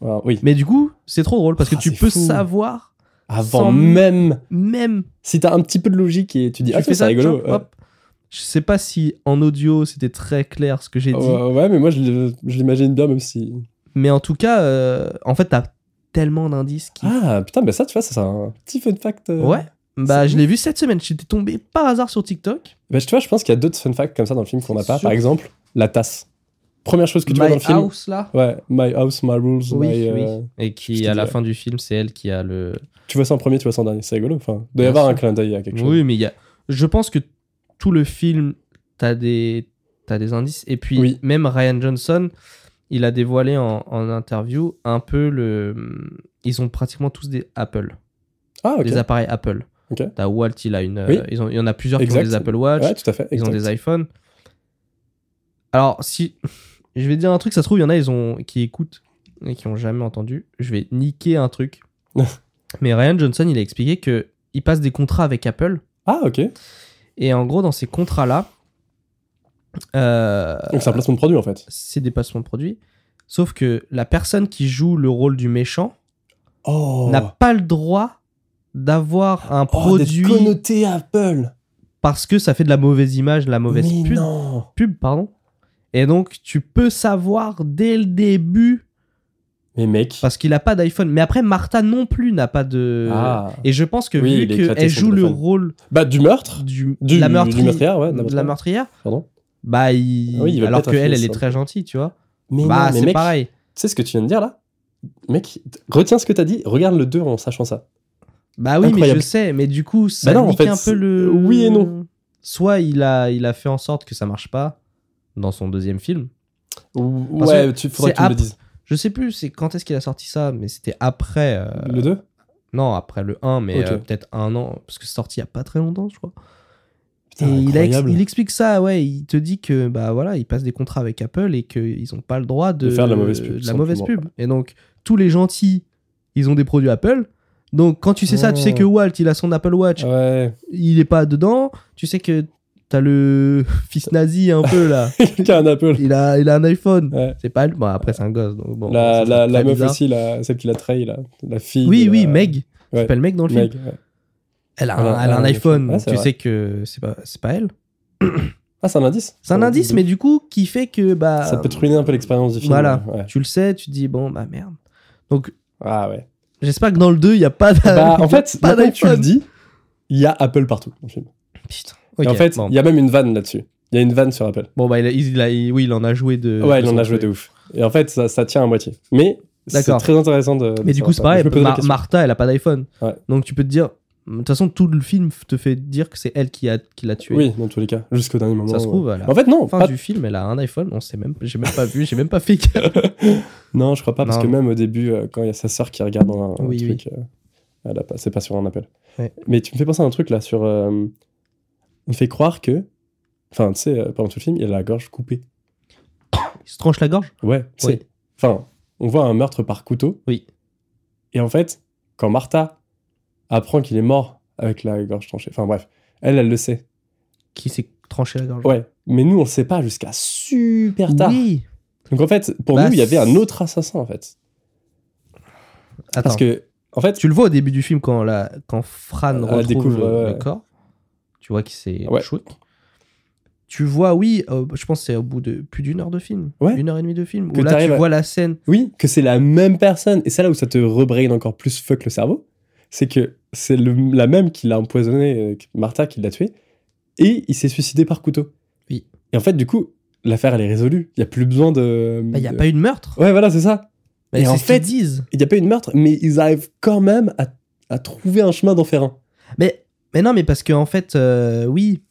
S1: Ah, oui.
S2: Mais du coup, c'est trop drôle parce que
S1: Ah,
S2: tu
S1: c'est
S2: peux
S1: fou.
S2: savoir,
S1: Avant
S2: sans-
S1: même,
S2: même.
S1: si t'as un petit peu de logique et tu dis,
S2: tu
S1: ah, tiens, c'est rigolo.
S2: genre,
S1: ouais.
S2: hop. Je sais pas si en audio c'était très clair ce que j'ai dit,
S1: Ouais, ouais, mais moi, je l'ai- je l'imagine bien, même si.
S2: mais en tout cas, euh, en fait, t'as tellement d'indices qui.
S1: Ah, putain, mais ça, tu vois, ça, c'est un petit fun fact. euh.
S2: ouais. Bah,
S1: c'est
S2: je l'ai vu cette semaine. J'étais tombé par hasard sur TikTok.
S1: Bah, tu vois, je pense qu'il y a d'autres fun facts comme ça dans le film qu'on n'a
S2: C'est
S1: pas.
S2: sûr.
S1: Par exemple, la tasse. Première chose que tu vois dans
S2: My
S1: le film.
S2: House là.
S1: Ouais, My House, My Rules,
S2: Oui,
S1: my,
S2: oui.
S1: euh,
S2: Et
S1: Je
S2: qui
S1: te
S2: à la
S1: dirais.
S2: fin du film, c'est elle qui a le.
S1: Tu vois ça en premier, tu vois ça en dernier. C'est rigolo. Enfin, il doit y
S2: Bien
S1: avoir un
S2: sûr.
S1: clin d'œil à quelque chose.
S2: Oui, mais il y a. Je pense que tout le film, t'as des, t'as des indices. Et puis,
S1: Oui.
S2: même Ryan Johnson, il a dévoilé en, en interview un peu le. Ils ont pratiquement tous des Apple,
S1: Ah, ok.
S2: des appareils Apple.
S1: Ok.
S2: T'as Walt, il a une. euh,
S1: Oui.
S2: ils ont, il y en a plusieurs qui ont
S1: Exact.
S2: des Apple Watch,
S1: Ouais, tout à fait.
S2: ils ont
S1: exact.
S2: des iPhones. Alors, si. Je vais dire un truc, ça se trouve, il y en a ils ont, qui écoutent et qui ont jamais entendu. Je vais niquer un truc. Mais Ryan Johnson, il a expliqué que il passe des contrats avec Apple.
S1: Ah, ok.
S2: Et en gros, dans ces contrats-là, euh,
S1: Donc c'est un placement de produit en fait.
S2: c'est des placements de produits. Sauf que la personne qui joue le rôle du méchant
S1: Oh.
S2: n'a pas le droit d'avoir un
S1: Oh, d'être
S2: produit
S1: connoté Apple.
S2: parce que ça fait de la mauvaise image, de la mauvaise
S1: mais
S2: pub,
S1: non.
S2: pub, pardon. Et donc, tu peux savoir dès le début,
S1: Mais mec.
S2: parce qu'il n'a pas d'iPhone. Mais après, Martha non plus n'a pas de.
S1: Ah.
S2: Et je pense que
S1: Oui,
S2: vu
S1: il est
S2: qu'elle
S1: éclaté son
S2: joue le
S1: téléphone.
S2: rôle
S1: Bah du meurtre.
S2: du,
S1: Du,
S2: de la
S1: du
S2: meurtrière,
S1: meurtrière, ouais. de la
S2: de la
S1: meurtrière.
S2: meurtrière,
S1: Pardon.
S2: bah il...
S1: Ah oui, ils veulent
S2: alors
S1: pas
S2: que elle,
S1: t'affiler
S2: elle est
S1: ça.
S2: très gentille, tu vois.
S1: Mais
S2: bah
S1: non, mais
S2: c'est
S1: mec,
S2: pareil.
S1: Tu sais ce que tu viens de dire là Mec, t- retiens ce que t'as dit, regarde le 2 en sachant ça.
S2: Bah oui, mais
S1: Incroyable.
S2: je sais, mais du coup, ça
S1: Bah non, en
S2: nique
S1: fait,
S2: un peu
S1: c'est-
S2: le.
S1: oui et non.
S2: Soit il a, il a fait en sorte que ça marche pas dans son deuxième film.
S1: Ou-
S2: Parce
S1: Ouais, tu, faudrait
S2: c'est
S1: que tu me le
S2: ap-
S1: dises.
S2: Je sais plus, c'est quand est-ce qu'il a sorti ça, mais c'était après. euh,
S1: Le 2
S2: Non, après le 1, mais
S1: Ok.
S2: euh, peut-être un an, parce que c'est sorti il y a pas très longtemps, je crois. Et
S1: Putain,
S2: il, a ex-
S1: incroyable.
S2: il explique ça, ouais. Il te dit que bah voilà, il passe des contrats avec Apple et qu'ils n'ont pas le droit de,
S1: De faire de la mauvaise pub,
S2: de la
S1: simplement.
S2: mauvaise pub. Et donc tous les gentils, ils ont des produits Apple. Donc quand tu sais ça, tu
S1: Ah.
S2: sais que Walt, il a son Apple Watch,
S1: Ouais.
S2: il est pas dedans. Tu sais que t'as le fils nazi un peu là.
S1: Il a un Apple.
S2: Il a, il a un iPhone.
S1: Ouais.
S2: C'est pas. Bon après c'est un gosse. Donc bon,
S1: la
S2: ça, c'est
S1: la,
S2: très
S1: la meuf
S2: bizarre.
S1: aussi, la, celle qui la trahi, la, la fille.
S2: Oui
S1: de
S2: oui,
S1: la-
S2: Meg.
S1: euh, Ouais.
S2: s'appelle Meg dans le film.
S1: Meg, ouais.
S2: Elle a,
S1: Elle
S2: un,
S1: a-
S2: elle a un
S1: ouais,
S2: iPhone.
S1: ouais,
S2: donc
S1: c'est
S2: tu
S1: vrai.
S2: sais que c'est pas, c'est pas elle.
S1: Ah, c'est un indice
S2: C'est un indice, mais du coup qui fait que bah.
S1: Ça peut te ruiner un peu l'expérience du film. hein.
S2: Voilà.
S1: ouais.
S2: Tu le sais, tu te dis bon bah merde. Donc
S1: Ah ouais.
S2: j'espère que dans le 2 il y a pas. d'a-
S1: Bah,
S2: y a
S1: en fait,
S2: pas
S1: maintenant que tu le
S2: d'iPhone.
S1: dis, Il y a Apple partout dans le film.
S2: Putain.
S1: Et en
S2: Ok,
S1: fait,
S2: bon.
S1: il y a même une vanne là-dessus. Il y a une vanne sur Apple.
S2: Bon, bah, il a- il a- il- oui, il en a joué de.
S1: ouais,
S2: de
S1: il en
S2: son
S1: a joué de
S2: truc.
S1: ouf. Et en fait, ça, ça tient à moitié. Mais c'est
S2: D'accord.
S1: très intéressant de. de
S2: Mais du
S1: savoir
S2: coup,
S1: ça.
S2: c'est pareil.
S1: Je me posais la
S2: Mar-
S1: question.
S2: Martha, elle a pas d'iPhone.
S1: Ouais.
S2: Donc, tu peux te dire. De toute façon, tout le film te fait dire que c'est elle qui a- qui l'a tué.
S1: Oui, dans tous les cas, jusqu'au dernier moment.
S2: Ça se
S1: ouais.
S2: trouve, voilà.
S1: En fait, non,
S2: fin
S1: pas-
S2: du film, elle a un iPhone, on sait même, j'ai même pas vu, j'ai même pas fait. que-
S1: non, je crois pas, parce
S2: Non.
S1: que même au début, euh, quand il y a sa sœur qui regarde un, un
S2: Oui, oui.
S1: truc, euh, elle a pas- c'est pas sur un appel.
S2: Ouais.
S1: Mais tu me fais penser à un truc là, sur. euh, on fait croire que. Enfin, tu sais, euh, pendant tout le film, il a la gorge coupée.
S2: Il se tranche la gorge.
S1: Ouais, tu
S2: Oui.
S1: sais. Enfin, on voit un meurtre par couteau.
S2: Oui.
S1: Et en fait, quand Martha apprend qu'il est mort avec la gorge tranchée, enfin bref, elle, elle le sait.
S2: Qui s'est tranché la gorge.
S1: Ouais. Mais nous, on le sait pas jusqu'à super tard.
S2: Oui.
S1: Donc en fait, pour
S2: Bah,
S1: nous, il y avait un
S2: c'est-
S1: autre assassin en fait.
S2: Attends.
S1: Parce que, en fait,
S2: tu le vois au début du film quand la quand
S1: Euh,
S2: Fran
S1: Elle
S2: retrouve
S1: découvre,
S2: le,
S1: ouais,
S2: le
S1: ouais.
S2: corps. Tu vois qu'il s'est
S1: Ouais.
S2: shoot. Tu vois, oui, euh, je pense que c'est au bout de plus d'une heure de film,
S1: Ouais.
S2: une heure et demie de film,
S1: Que
S2: où là tu
S1: t'arrives à-
S2: vois la scène.
S1: oui, que c'est la même personne. Et c'est là où ça te rebraine encore plus fuck le cerveau. C'est que c'est le- la même qui l'a empoisonné, euh, Martha qui l'a tué. Et il s'est suicidé par couteau.
S2: Oui.
S1: Et en fait, du coup, l'affaire, elle est résolue. Il n'y a plus besoin de.
S2: Bah, Il n'y a
S1: de-
S2: pas eu de meurtre.
S1: Ouais, voilà, c'est ça.
S2: Bah,
S1: Et
S2: c'est
S1: en
S2: ce qu'ils
S1: fait-
S2: disent.
S1: Il n'y a pas eu de meurtre, mais ils arrivent quand même à, à trouver un chemin d'en faire un.
S2: Mais mais non, mais parce que en fait, euh, oui,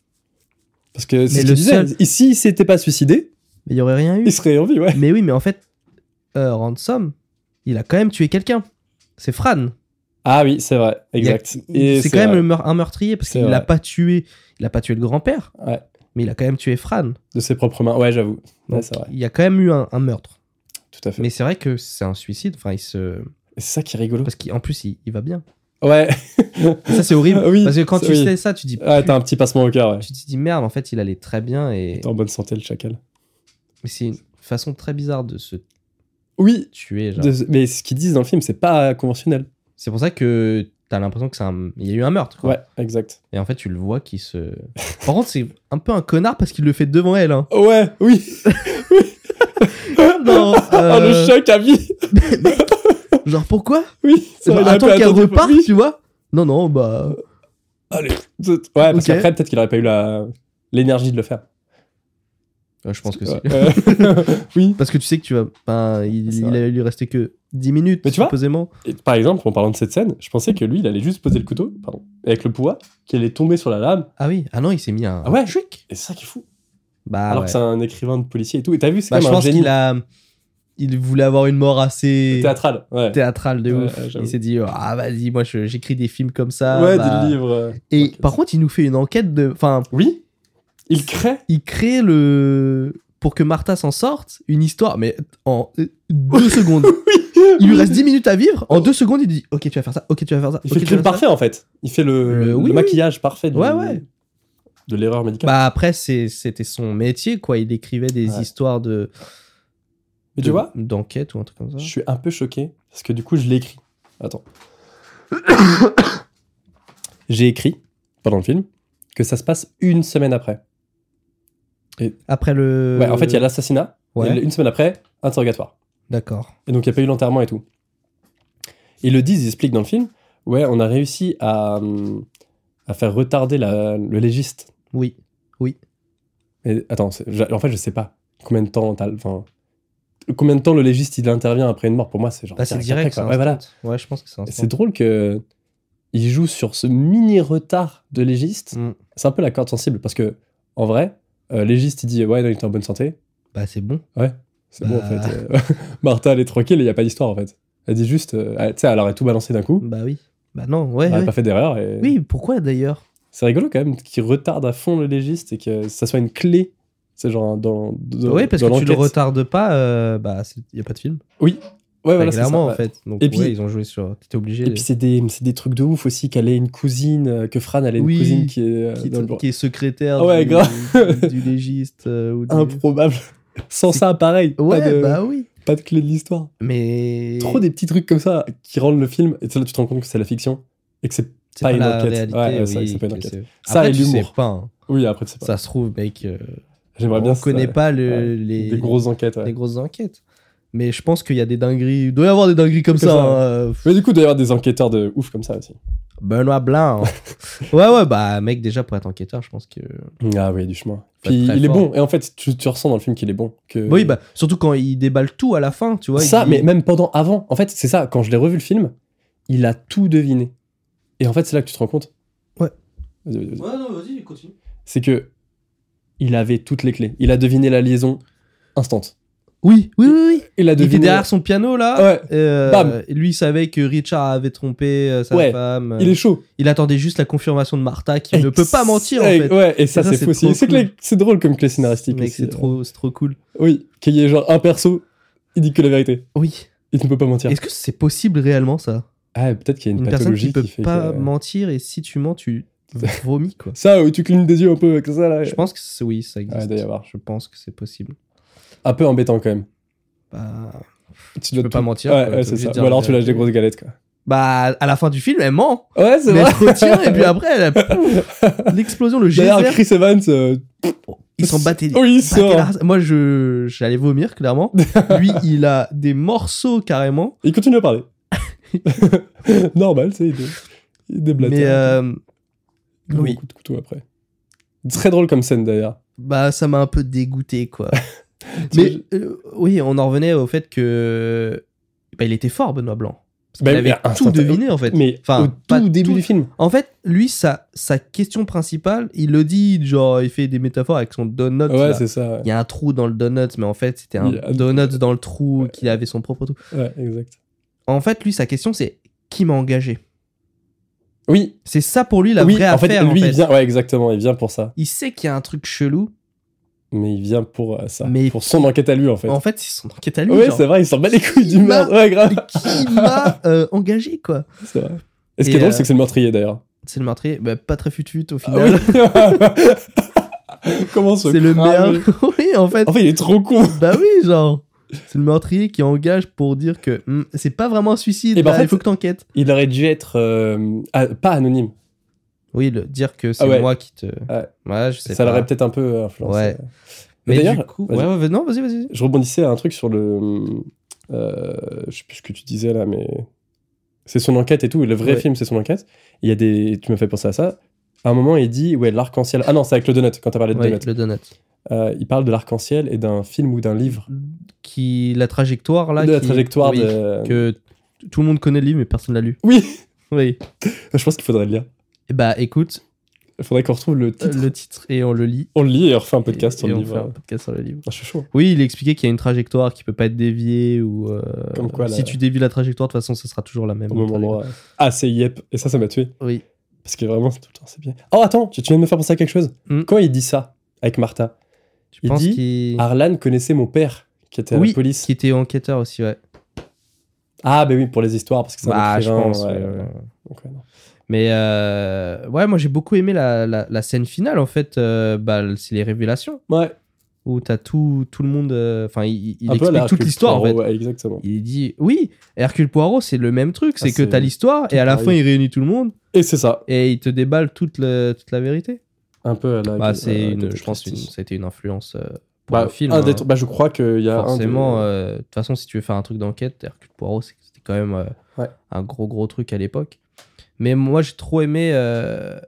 S1: Parce que c'est
S2: Mais
S1: ce
S2: le
S1: le disais.
S2: seul-
S1: Et s'il s'était pas suicidé,
S2: mais il y aurait rien eu.
S1: il serait en vie, ouais.
S2: Mais oui, mais en fait, euh, Ransom, il a quand même tué quelqu'un. C'est Fran.
S1: Ah oui, c'est vrai,
S2: Il y a-
S1: exact.
S2: il-
S1: Et
S2: C'est quand même
S1: vrai.
S2: le meur- un meurtrier parce
S1: C'est
S2: qu'il l'a
S1: vrai.
S2: pas tué. Il a pas tué le grand-père,
S1: Ouais,
S2: mais il a quand même tué Fran.
S1: de ses propres mains. Ouais, j'avoue. Ouais,
S2: euh, Donc,
S1: c'est vrai,
S2: il y a quand même eu un, un meurtre.
S1: tout à fait.
S2: Mais c'est vrai que c'est un suicide. Enfin, il se.
S1: Et C'est ça qui est rigolo.
S2: Parce qu'en plus, il, il va bien.
S1: Ouais.
S2: Et ça, c'est horrible.
S1: Ah oui,
S2: parce que quand
S1: ça,
S2: tu
S1: oui. Ah,
S2: sais ça, tu dis.
S1: Ouais, t'as un petit passement au cœur, ouais.
S2: tu te dis merde, en fait, il allait très bien. Et...
S1: T'es en bonne santé, le chacal.
S2: Mais c'est une façon très bizarre de se
S1: Oui,
S2: tuer. genre.
S1: de- mais ce qu'ils disent dans le film, c'est pas conventionnel.
S2: C'est pour ça que t'as l'impression que c'est un... Il y a eu un meurtre. Quoi.
S1: Ouais, exact.
S2: Et en fait, tu le vois qui se. Par contre, c'est un peu un connard parce qu'il le fait devant elle. Hein.
S1: Ouais, oui.
S2: Non,
S1: Ah, le
S2: euh,
S1: choc à vie.
S2: Genre, pourquoi
S1: Oui. ça,
S2: Genre,
S1: il a
S2: bah, Attends
S1: appelé
S2: qu'elle
S1: à deux fois.
S2: reparte,
S1: Oui.
S2: tu vois Non, non, bah.
S1: Allez. Ouais, parce
S2: Ok.
S1: qu'après, peut-être qu'il aurait pas eu la- l'énergie de le faire.
S2: je pense que
S1: Ouais.
S2: c'est.
S1: Euh, oui.
S2: Parce que tu sais que tu vas. Ben, il,
S1: C'est
S2: il
S1: vrai.
S2: a lui restait que 10 minutes,
S1: Mais tu vois
S2: supposément.
S1: Et par exemple, en parlant de cette scène, je pensais que lui, il allait juste poser le couteau, pardon, avec le poids, qu'il est tombé sur la lame.
S2: Ah oui, ah non, il s'est mis un.
S1: Ah ouais.
S2: Chuic
S1: Et c'est ça qui est fou.
S2: Bah,
S1: Alors
S2: ouais.
S1: que c'est un écrivain de policier et tout. Et t'as vu, c'est
S2: Bah, je
S1: comme un
S2: pense
S1: génie
S2: qu'il a. Il voulait avoir une mort assez.
S1: théâtral. Ouais.
S2: théâtrale de
S1: Ouais,
S2: ouf.
S1: ouais, j'avoue.
S2: il s'est dit, ah vas-y, moi je- j'écris des films comme ça.
S1: ouais,
S2: bah.
S1: des livres. euh,
S2: Et
S1: ok.
S2: par contre, il nous fait une enquête de. Enfin,
S1: Oui. Il crée.
S2: il crée le pour que Martha s'en sorte une histoire mais en euh, deux secondes il lui reste 10 minutes à vivre en deux secondes il dit ok tu vas faire ça ok tu vas faire ça
S1: Il
S2: ok,
S1: fait
S2: tu
S1: le crime
S2: vas faire ça.
S1: parfait en fait. Il fait le,
S2: Le-
S1: le
S2: oui, oui.
S1: maquillage parfait du-
S2: Ouais, ouais.
S1: de l'erreur médicale.
S2: bah après c'est- c'était son métier quoi il écrivait des
S1: Ouais.
S2: histoires de
S1: Mais tu
S2: de-
S1: vois,
S2: d'enquête ou un truc comme ça
S1: je suis un peu choqué parce que du coup, je l'ai écrit. Attends. J'ai écrit pendant le film que ça se passe une semaine après.
S2: après le
S1: Ouais, en fait, il y a l'assassinat.
S2: Euh, Ouais.
S1: et une semaine après, interrogatoire.
S2: d'accord
S1: Et donc, il n'y a pas eu l'enterrement et tout. Ils le disent, ils expliquent dans le film. Ouais, on a réussi à, hum, à faire retarder la- le légiste
S2: oui
S1: Et- attends, c'est- j'a- en fait, je sais pas combien de temps t'as- enfin, combien de temps le légiste il intervient après une mort. Pour moi, c'est genre
S2: bah c'est
S1: après,
S2: direct
S1: quoi.
S2: c'est
S1: Ouais, voilà.
S2: instant. ouais je pense que c'est
S1: Et
S2: instant.
S1: C'est drôle que il joue sur ce mini retard de légiste.
S2: Mm.
S1: C'est un peu la corde sensible parce que en vrai, euh, légiste il dit ouais, non, il est en bonne santé.
S2: bah c'est bon
S1: C'est bon en
S2: Bah.
S1: fait. euh, Martha elle est tranquille, il y a pas d'histoire en fait. Elle dit juste, euh, elle- tu sais, elle aurait tout balancé d'un coup.
S2: bah oui bah non ouais,
S1: Elle aurait
S2: ouais.
S1: pas fait d'erreur. Et...
S2: oui pourquoi d'ailleurs
S1: C'est rigolo quand même qu'il retarde à fond le légiste et que ça soit une clé. C'est genre dans. dans
S2: ouais parce
S1: dans
S2: que tu le
S1: l'enquête.
S2: retardes pas euh, bah c'est- il y a pas de film
S1: Ouais, voilà, c'est ça.
S2: clairement
S1: Ouais.
S2: en fait donc
S1: Et
S2: ouais,
S1: puis-
S2: ils ont joué sur t'étais obligé
S1: Et puis c'est des, c'est des trucs de ouf aussi qu'elle ait une cousine, euh, que Fran elle ait une
S2: Oui,
S1: cousine qui est, euh,
S2: qui,
S1: dans le
S2: qui est secrétaire
S1: Ah ouais,
S2: du,
S1: grave.
S2: du légiste euh, ou du...
S1: improbable. Sans ça, pareil, pas,
S2: Ouais,
S1: de,
S2: bah oui.
S1: pas de clé de l'histoire.
S2: Mais
S1: Trop des petits trucs comme ça qui rendent le film. Et tu sais, là, tu te rends compte que c'est la fiction et que c'est
S2: c'est pas,
S1: pas une
S2: la
S1: enquête.
S2: réalité.
S1: Ouais, ouais, c'est vrai
S2: oui,
S1: que c'est pas une
S2: que
S1: enquête.
S2: c'est-
S1: Ça
S2: Après,
S1: et
S2: tu sais
S1: l'humour.
S2: pas, hein.
S1: oui après tu sais pas.
S2: Ça se trouve, mec, euh,
S1: J'aimerais bien.
S2: on
S1: ça,
S2: connaît pas le- les,
S1: des grosses enquêtes. ouais.
S2: les grosses enquêtes. Mais je pense qu'il y a des dingueries. Il doit y avoir des dingueries comme,
S1: Comme
S2: ça.
S1: ça,
S2: hein, euh,
S1: Mais du coup d'ailleurs des enquêteurs de ouf comme ça aussi.
S2: Benoît Blanc. ouais, ouais, bah, mec, déjà, pour être enquêteur, je pense que.
S1: Ah oui, du chemin.
S2: Faut être
S1: Puis
S2: très
S1: il est
S2: fort.
S1: bon. Et en fait, tu, tu ressens dans le film qu'il est bon. Que...
S2: Oui, bah, surtout quand il déballe tout à la fin, tu vois. il
S1: ça,
S2: dit-
S1: mais même pendant, avant. En fait, c'est ça. Quand je l'ai revu le film, il a tout deviné. Et en fait, c'est là que tu te rends compte.
S2: Ouais.
S1: Vas-y, vas-y, vas-y.
S2: Ouais, non, vas-y, continue.
S1: C'est que il avait toutes les clés. Il a deviné la liaison instant.
S2: Oui, oui, oui, oui.
S1: Il a
S2: Il
S1: deviné. Ah
S2: était derrière son piano, là.
S1: Ouais.
S2: Euh,
S1: Bam.
S2: Lui, il savait que Richard avait trompé euh, sa
S1: Ouais,
S2: femme.
S1: Il est chaud.
S2: Il attendait juste la confirmation de Martha qui ne
S1: Ex-
S2: peut pas mentir, en
S1: Ouais,
S2: fait.
S1: Ouais, et ça,
S2: ça,
S1: c'est
S2: c'est
S1: fou aussi.
S2: trop
S1: C'est que
S2: cool.
S1: les- C'est drôle comme clé scénaristique.
S2: Mec,
S1: aussi. euh.
S2: c'est trop, c'est trop cool.
S1: Oui, qu'il y ait genre un perso, il dit que la vérité.
S2: Oui.
S1: Il ne peut pas mentir.
S2: Est-ce que c'est possible réellement, ça
S1: Ah, peut-être qu'il y a une,
S2: Une personne
S1: pathologie
S2: qui
S1: qui,
S2: peut
S1: fait.
S2: pas
S1: que- euh,
S2: mentir et si tu mens, tu vomis, quoi.
S1: Ça, où tu clignes des yeux un peu avec ça, là.
S2: Je pense que c'est- oui,
S1: Ah,
S2: ça
S1: il
S2: existe.
S1: doit y avoir.
S2: je pense que c'est possible.
S1: Un peu embêtant quand même.
S2: Bah,
S1: Tu
S2: je
S1: dois tout-
S2: peux pas mentir.
S1: Ouais,
S2: quoi,
S1: ouais,
S2: t'es
S1: c'est
S2: obligé
S1: ça.
S2: de
S1: Ou
S2: dire euh,
S1: alors
S2: la
S1: tu lâches des
S2: vérité.
S1: grosses galettes, quoi.
S2: Bah, à la fin du film, elle ment.
S1: Ouais, c'est
S2: Mais
S1: vrai.
S2: elle se retient et puis après, elle a- Pouf, l'explosion, le
S1: D'ailleurs,
S2: geyser,
S1: Chris Evans. euh,
S2: ils s'en battaient. des-
S1: Oui, il
S2: battaient la
S1: sort.
S2: race. Moi, je j'allais vomir clairement. Lui, il a des morceaux carrément.
S1: Il continue à parler. Normal, c'est. Il dé- il déblatère.
S2: mais euh,
S1: Il a
S2: oui.
S1: Beaucoup de couteau après. Très drôle comme scène d'ailleurs.
S2: bah, ça m'a un peu dégoûté quoi.
S1: Parce
S2: mais
S1: que
S2: euh, oui, on en revenait au fait que bah, il était fort Benoît Blanc. Parce
S1: Bah,
S2: qu'il avait
S1: mais un
S2: tout
S1: certain-
S2: deviné en fait.
S1: Mais
S2: Enfin,
S1: au
S2: pas
S1: tout début
S2: tout-
S1: du film.
S2: En fait, lui, sa, sa question principale, il le dit, genre, il fait des métaphores avec son donut.
S1: Ouais,
S2: là.
S1: c'est ça. ouais.
S2: il y a un trou dans le donut, mais en fait, c'était un
S1: Il y a-
S2: donut dans le trou qu'il avait son propre trou.
S1: Ouais, exact.
S2: En fait, lui, sa question, c'est qui m'a engagé
S1: Oui,
S2: C'est ça pour lui la
S1: oui
S2: vraie
S1: en fait,
S2: affaire.
S1: lui,
S2: en fait.
S1: il vient. Ouais, exactement, il vient pour ça.
S2: Il sait qu'il y a un truc chelou.
S1: Mais il vient pour euh, ça.
S2: Mais-
S1: Pour son enquête à lui, en fait.
S2: En fait, c'est son enquête à lui.
S1: Ouais,
S2: genre,
S1: c'est vrai, il s'en bat les couilles
S2: Qui
S1: du meurtre.
S2: m'a-
S1: Ouais, grave.
S2: mais qui m'a euh, engagé, quoi
S1: C'est vrai. Et ce
S2: Et,
S1: qui est drôle,
S2: euh,
S1: c'est que c'est le meurtrier d'ailleurs.
S2: C'est le meurtrier. Bah, pas très fut au
S1: Ah
S2: final.
S1: oui. Comment se
S2: c'est le
S1: cramer.
S2: meilleur. oui, en fait.
S1: En fait, il est trop con.
S2: Bah oui, genre. C'est le meurtrier qui engage pour dire que hmm, c'est pas vraiment un suicide.
S1: Et bah, en
S2: là,
S1: fait-
S2: il faut que t'enquêtes.
S1: Il aurait dû être euh, ah, pas anonyme.
S2: Oui, le, dire que c'est
S1: Ah ouais.
S2: moi qui te.
S1: Ouais.
S2: Ouais, je sais
S1: Ça
S2: pas.
S1: l'aurait peut-être un peu euh, influencé.
S2: Ouais.
S1: Mais
S2: Mais du
S1: d'ailleurs,
S2: coup,
S1: vas-y.
S2: ouais, ouais, vas- non, vas-y, vas-y.
S1: je rebondissais à un truc sur le. euh, je sais plus ce que tu disais là, mais. C'est son enquête et tout. Le vrai
S2: Ouais.
S1: film, c'est son enquête. Il y a des. Tu m'as fait penser à ça. À un moment, il dit Ouais, l'arc-en-ciel. Ah non, c'est avec le Donut, quand t'as parlé de
S2: Ouais,
S1: Donut.
S2: le donut.
S1: Euh, il parle de l'arc-en-ciel et d'un film ou d'un livre.
S2: Qui la trajectoire là.
S1: de la
S2: qui-
S1: trajectoire
S2: oui,
S1: de.
S2: que t- tout le monde connaît le livre mais personne l'a lu.
S1: Oui
S2: Oui.
S1: Je pense qu'il faudrait le lire.
S2: Et bah écoute
S1: Il faudrait qu'on retrouve le
S2: euh,
S1: titre.
S2: le titre et on le lit.
S1: On le lit et on refait un podcast sur
S2: Euh, et, et
S1: le
S2: on
S1: livre.
S2: fait un podcast sur le livre.
S1: Ah, je suis chaud.
S2: Oui, il expliquait qu'il y a une trajectoire qui peut pas être déviée ou euh,
S1: Comme quoi,
S2: si
S1: la-
S2: tu dévies la trajectoire de toute façon ce sera toujours la même.
S1: Au même endroit. Ah, c'est Yep. Et ça, ça m'a tué.
S2: Oui.
S1: Parce que vraiment, c'est tout le temps, c'est bien. Oh, attends, tu tu viens de me faire penser à quelque chose.
S2: Hmm.
S1: Quand il dit ça avec Martha,
S2: Tu
S1: Il
S2: penses
S1: dit-
S2: qu'il
S1: Arlan connaissait mon père qui était à
S2: Oui,
S1: la police.
S2: qui était enquêteur aussi ouais.
S1: Ah, ben oui, pour les histoires, parce que c'est
S2: Bah
S1: un
S2: je
S1: écrivain,
S2: pense.
S1: ouais,
S2: ouais,
S1: ouais.
S2: ouais.
S1: Donc, ouais, non.
S2: Mais euh, ouais moi j'ai beaucoup aimé la, la, la scène finale en fait euh, bah, c'est les révélations
S1: Ouais,
S2: où t'as tout tout le monde euh, enfin il, il
S1: un peu à la
S2: explique toute
S1: Hercule
S2: l'histoire en fait.
S1: Poirot, ouais, exactement.
S2: Il dit oui, Hercule Poirot, c'est le même truc, c'est
S1: Ah,
S2: que
S1: c'est
S2: t'as l'histoire et à la
S1: pareil.
S2: fin il réunit tout le monde
S1: Et c'est ça,
S2: et il te déballe toute, le- toute la vérité.
S1: un peu à la.
S2: bah, c'est
S1: euh,
S2: une-
S1: Agatha
S2: je pense une,
S1: Christie.
S2: ça a été une influence euh, pour
S1: Bah,
S2: le film.
S1: un
S2: hein.
S1: des tr- bah, je crois qu'il y a un des-
S2: Forcément, euh, de toute façon, si tu veux faire un truc d'enquête, Hercule Poirot, c'est- c'était quand même euh,
S1: Ouais.
S2: un gros gros truc à l'époque. Mais moi j'ai trop aimé euh,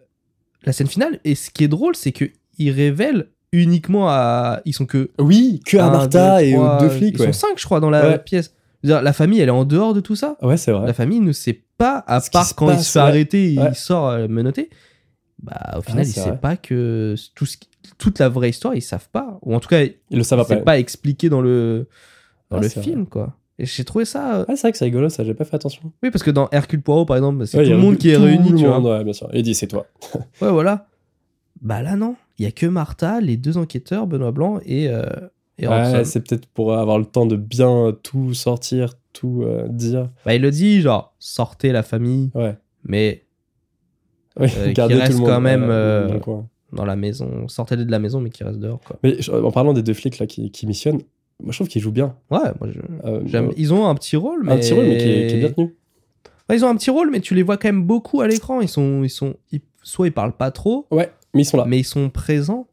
S2: la scène finale et ce qui est drôle, c'est que ils révèlent uniquement à. Ils sont que
S1: Oui, que à
S2: euh, un,
S1: Martha
S2: deux,
S1: et aux
S2: trois,
S1: deux flics,
S2: Ils
S1: ouais.
S2: sont cinq, je crois, dans la
S1: Ouais.
S2: pièce. Je veux dire, La famille, elle est en dehors de tout ça.
S1: Ah Ouais, c'est vrai.
S2: La famille ne sait pas, à
S1: Ce qui
S2: part
S1: se
S2: quand il
S1: passe,
S2: se fait
S1: ouais.
S2: arrêter et
S1: Ouais.
S2: il sort euh, menotté. Bah, au final,
S1: Ouais,
S2: il
S1: c'est
S2: sait
S1: vrai.
S2: pas que c- tout ce qui- toute la vraie histoire, ils savent pas. Ou en tout cas,
S1: Ils le savent
S2: c'est
S1: pas.
S2: pas expliqué dans le, dans
S1: Ouais,
S2: le
S1: c'est
S2: film, quoi. Et j'ai trouvé ça. euh,
S1: Ah, c'est vrai que c'est rigolo, ça, j'ai pas fait attention.
S2: Oui, parce que dans Hercule Poirot, par exemple, c'est
S1: Ouais, il
S2: tout
S1: y a
S2: le monde qui est
S1: tout
S2: réuni,
S1: le
S2: tu vois.
S1: monde, ouais, bien sûr. Et il dit, c'est toi.
S2: Ouais, voilà. Bah là, non. Il y a que Martha, les deux enquêteurs, Benoît Blanc et. euh, et Robson.
S1: Ouais, c'est peut-être pour avoir le temps de bien tout sortir, tout euh, dire.
S2: Bah, il le dit, genre, sortez la famille,
S1: Ouais.
S2: mais
S1: Oui,
S2: Euh, qui
S1: garder
S2: reste
S1: tout le monde
S2: quand même,
S1: euh,
S2: euh,
S1: dans le coin.
S2: dans la maison, sortez-les de la maison, mais qui restent dehors, quoi.
S1: Mais je- en parlant des deux flics là qui, qui missionnent, moi je trouve qu'ils jouent bien.
S2: Ouais, moi, je.
S1: Euh,
S2: J'aime-
S1: euh,
S2: Ils ont un petit rôle, mais.
S1: Un petit rôle, mais qui est, qui est bien tenu.
S2: Ouais, ils ont un petit rôle, mais tu les vois quand même beaucoup à l'écran. Ils sont, ils sont, ils- soit ils parlent pas trop,
S1: Ouais, mais ils sont là.
S2: mais ils sont présents.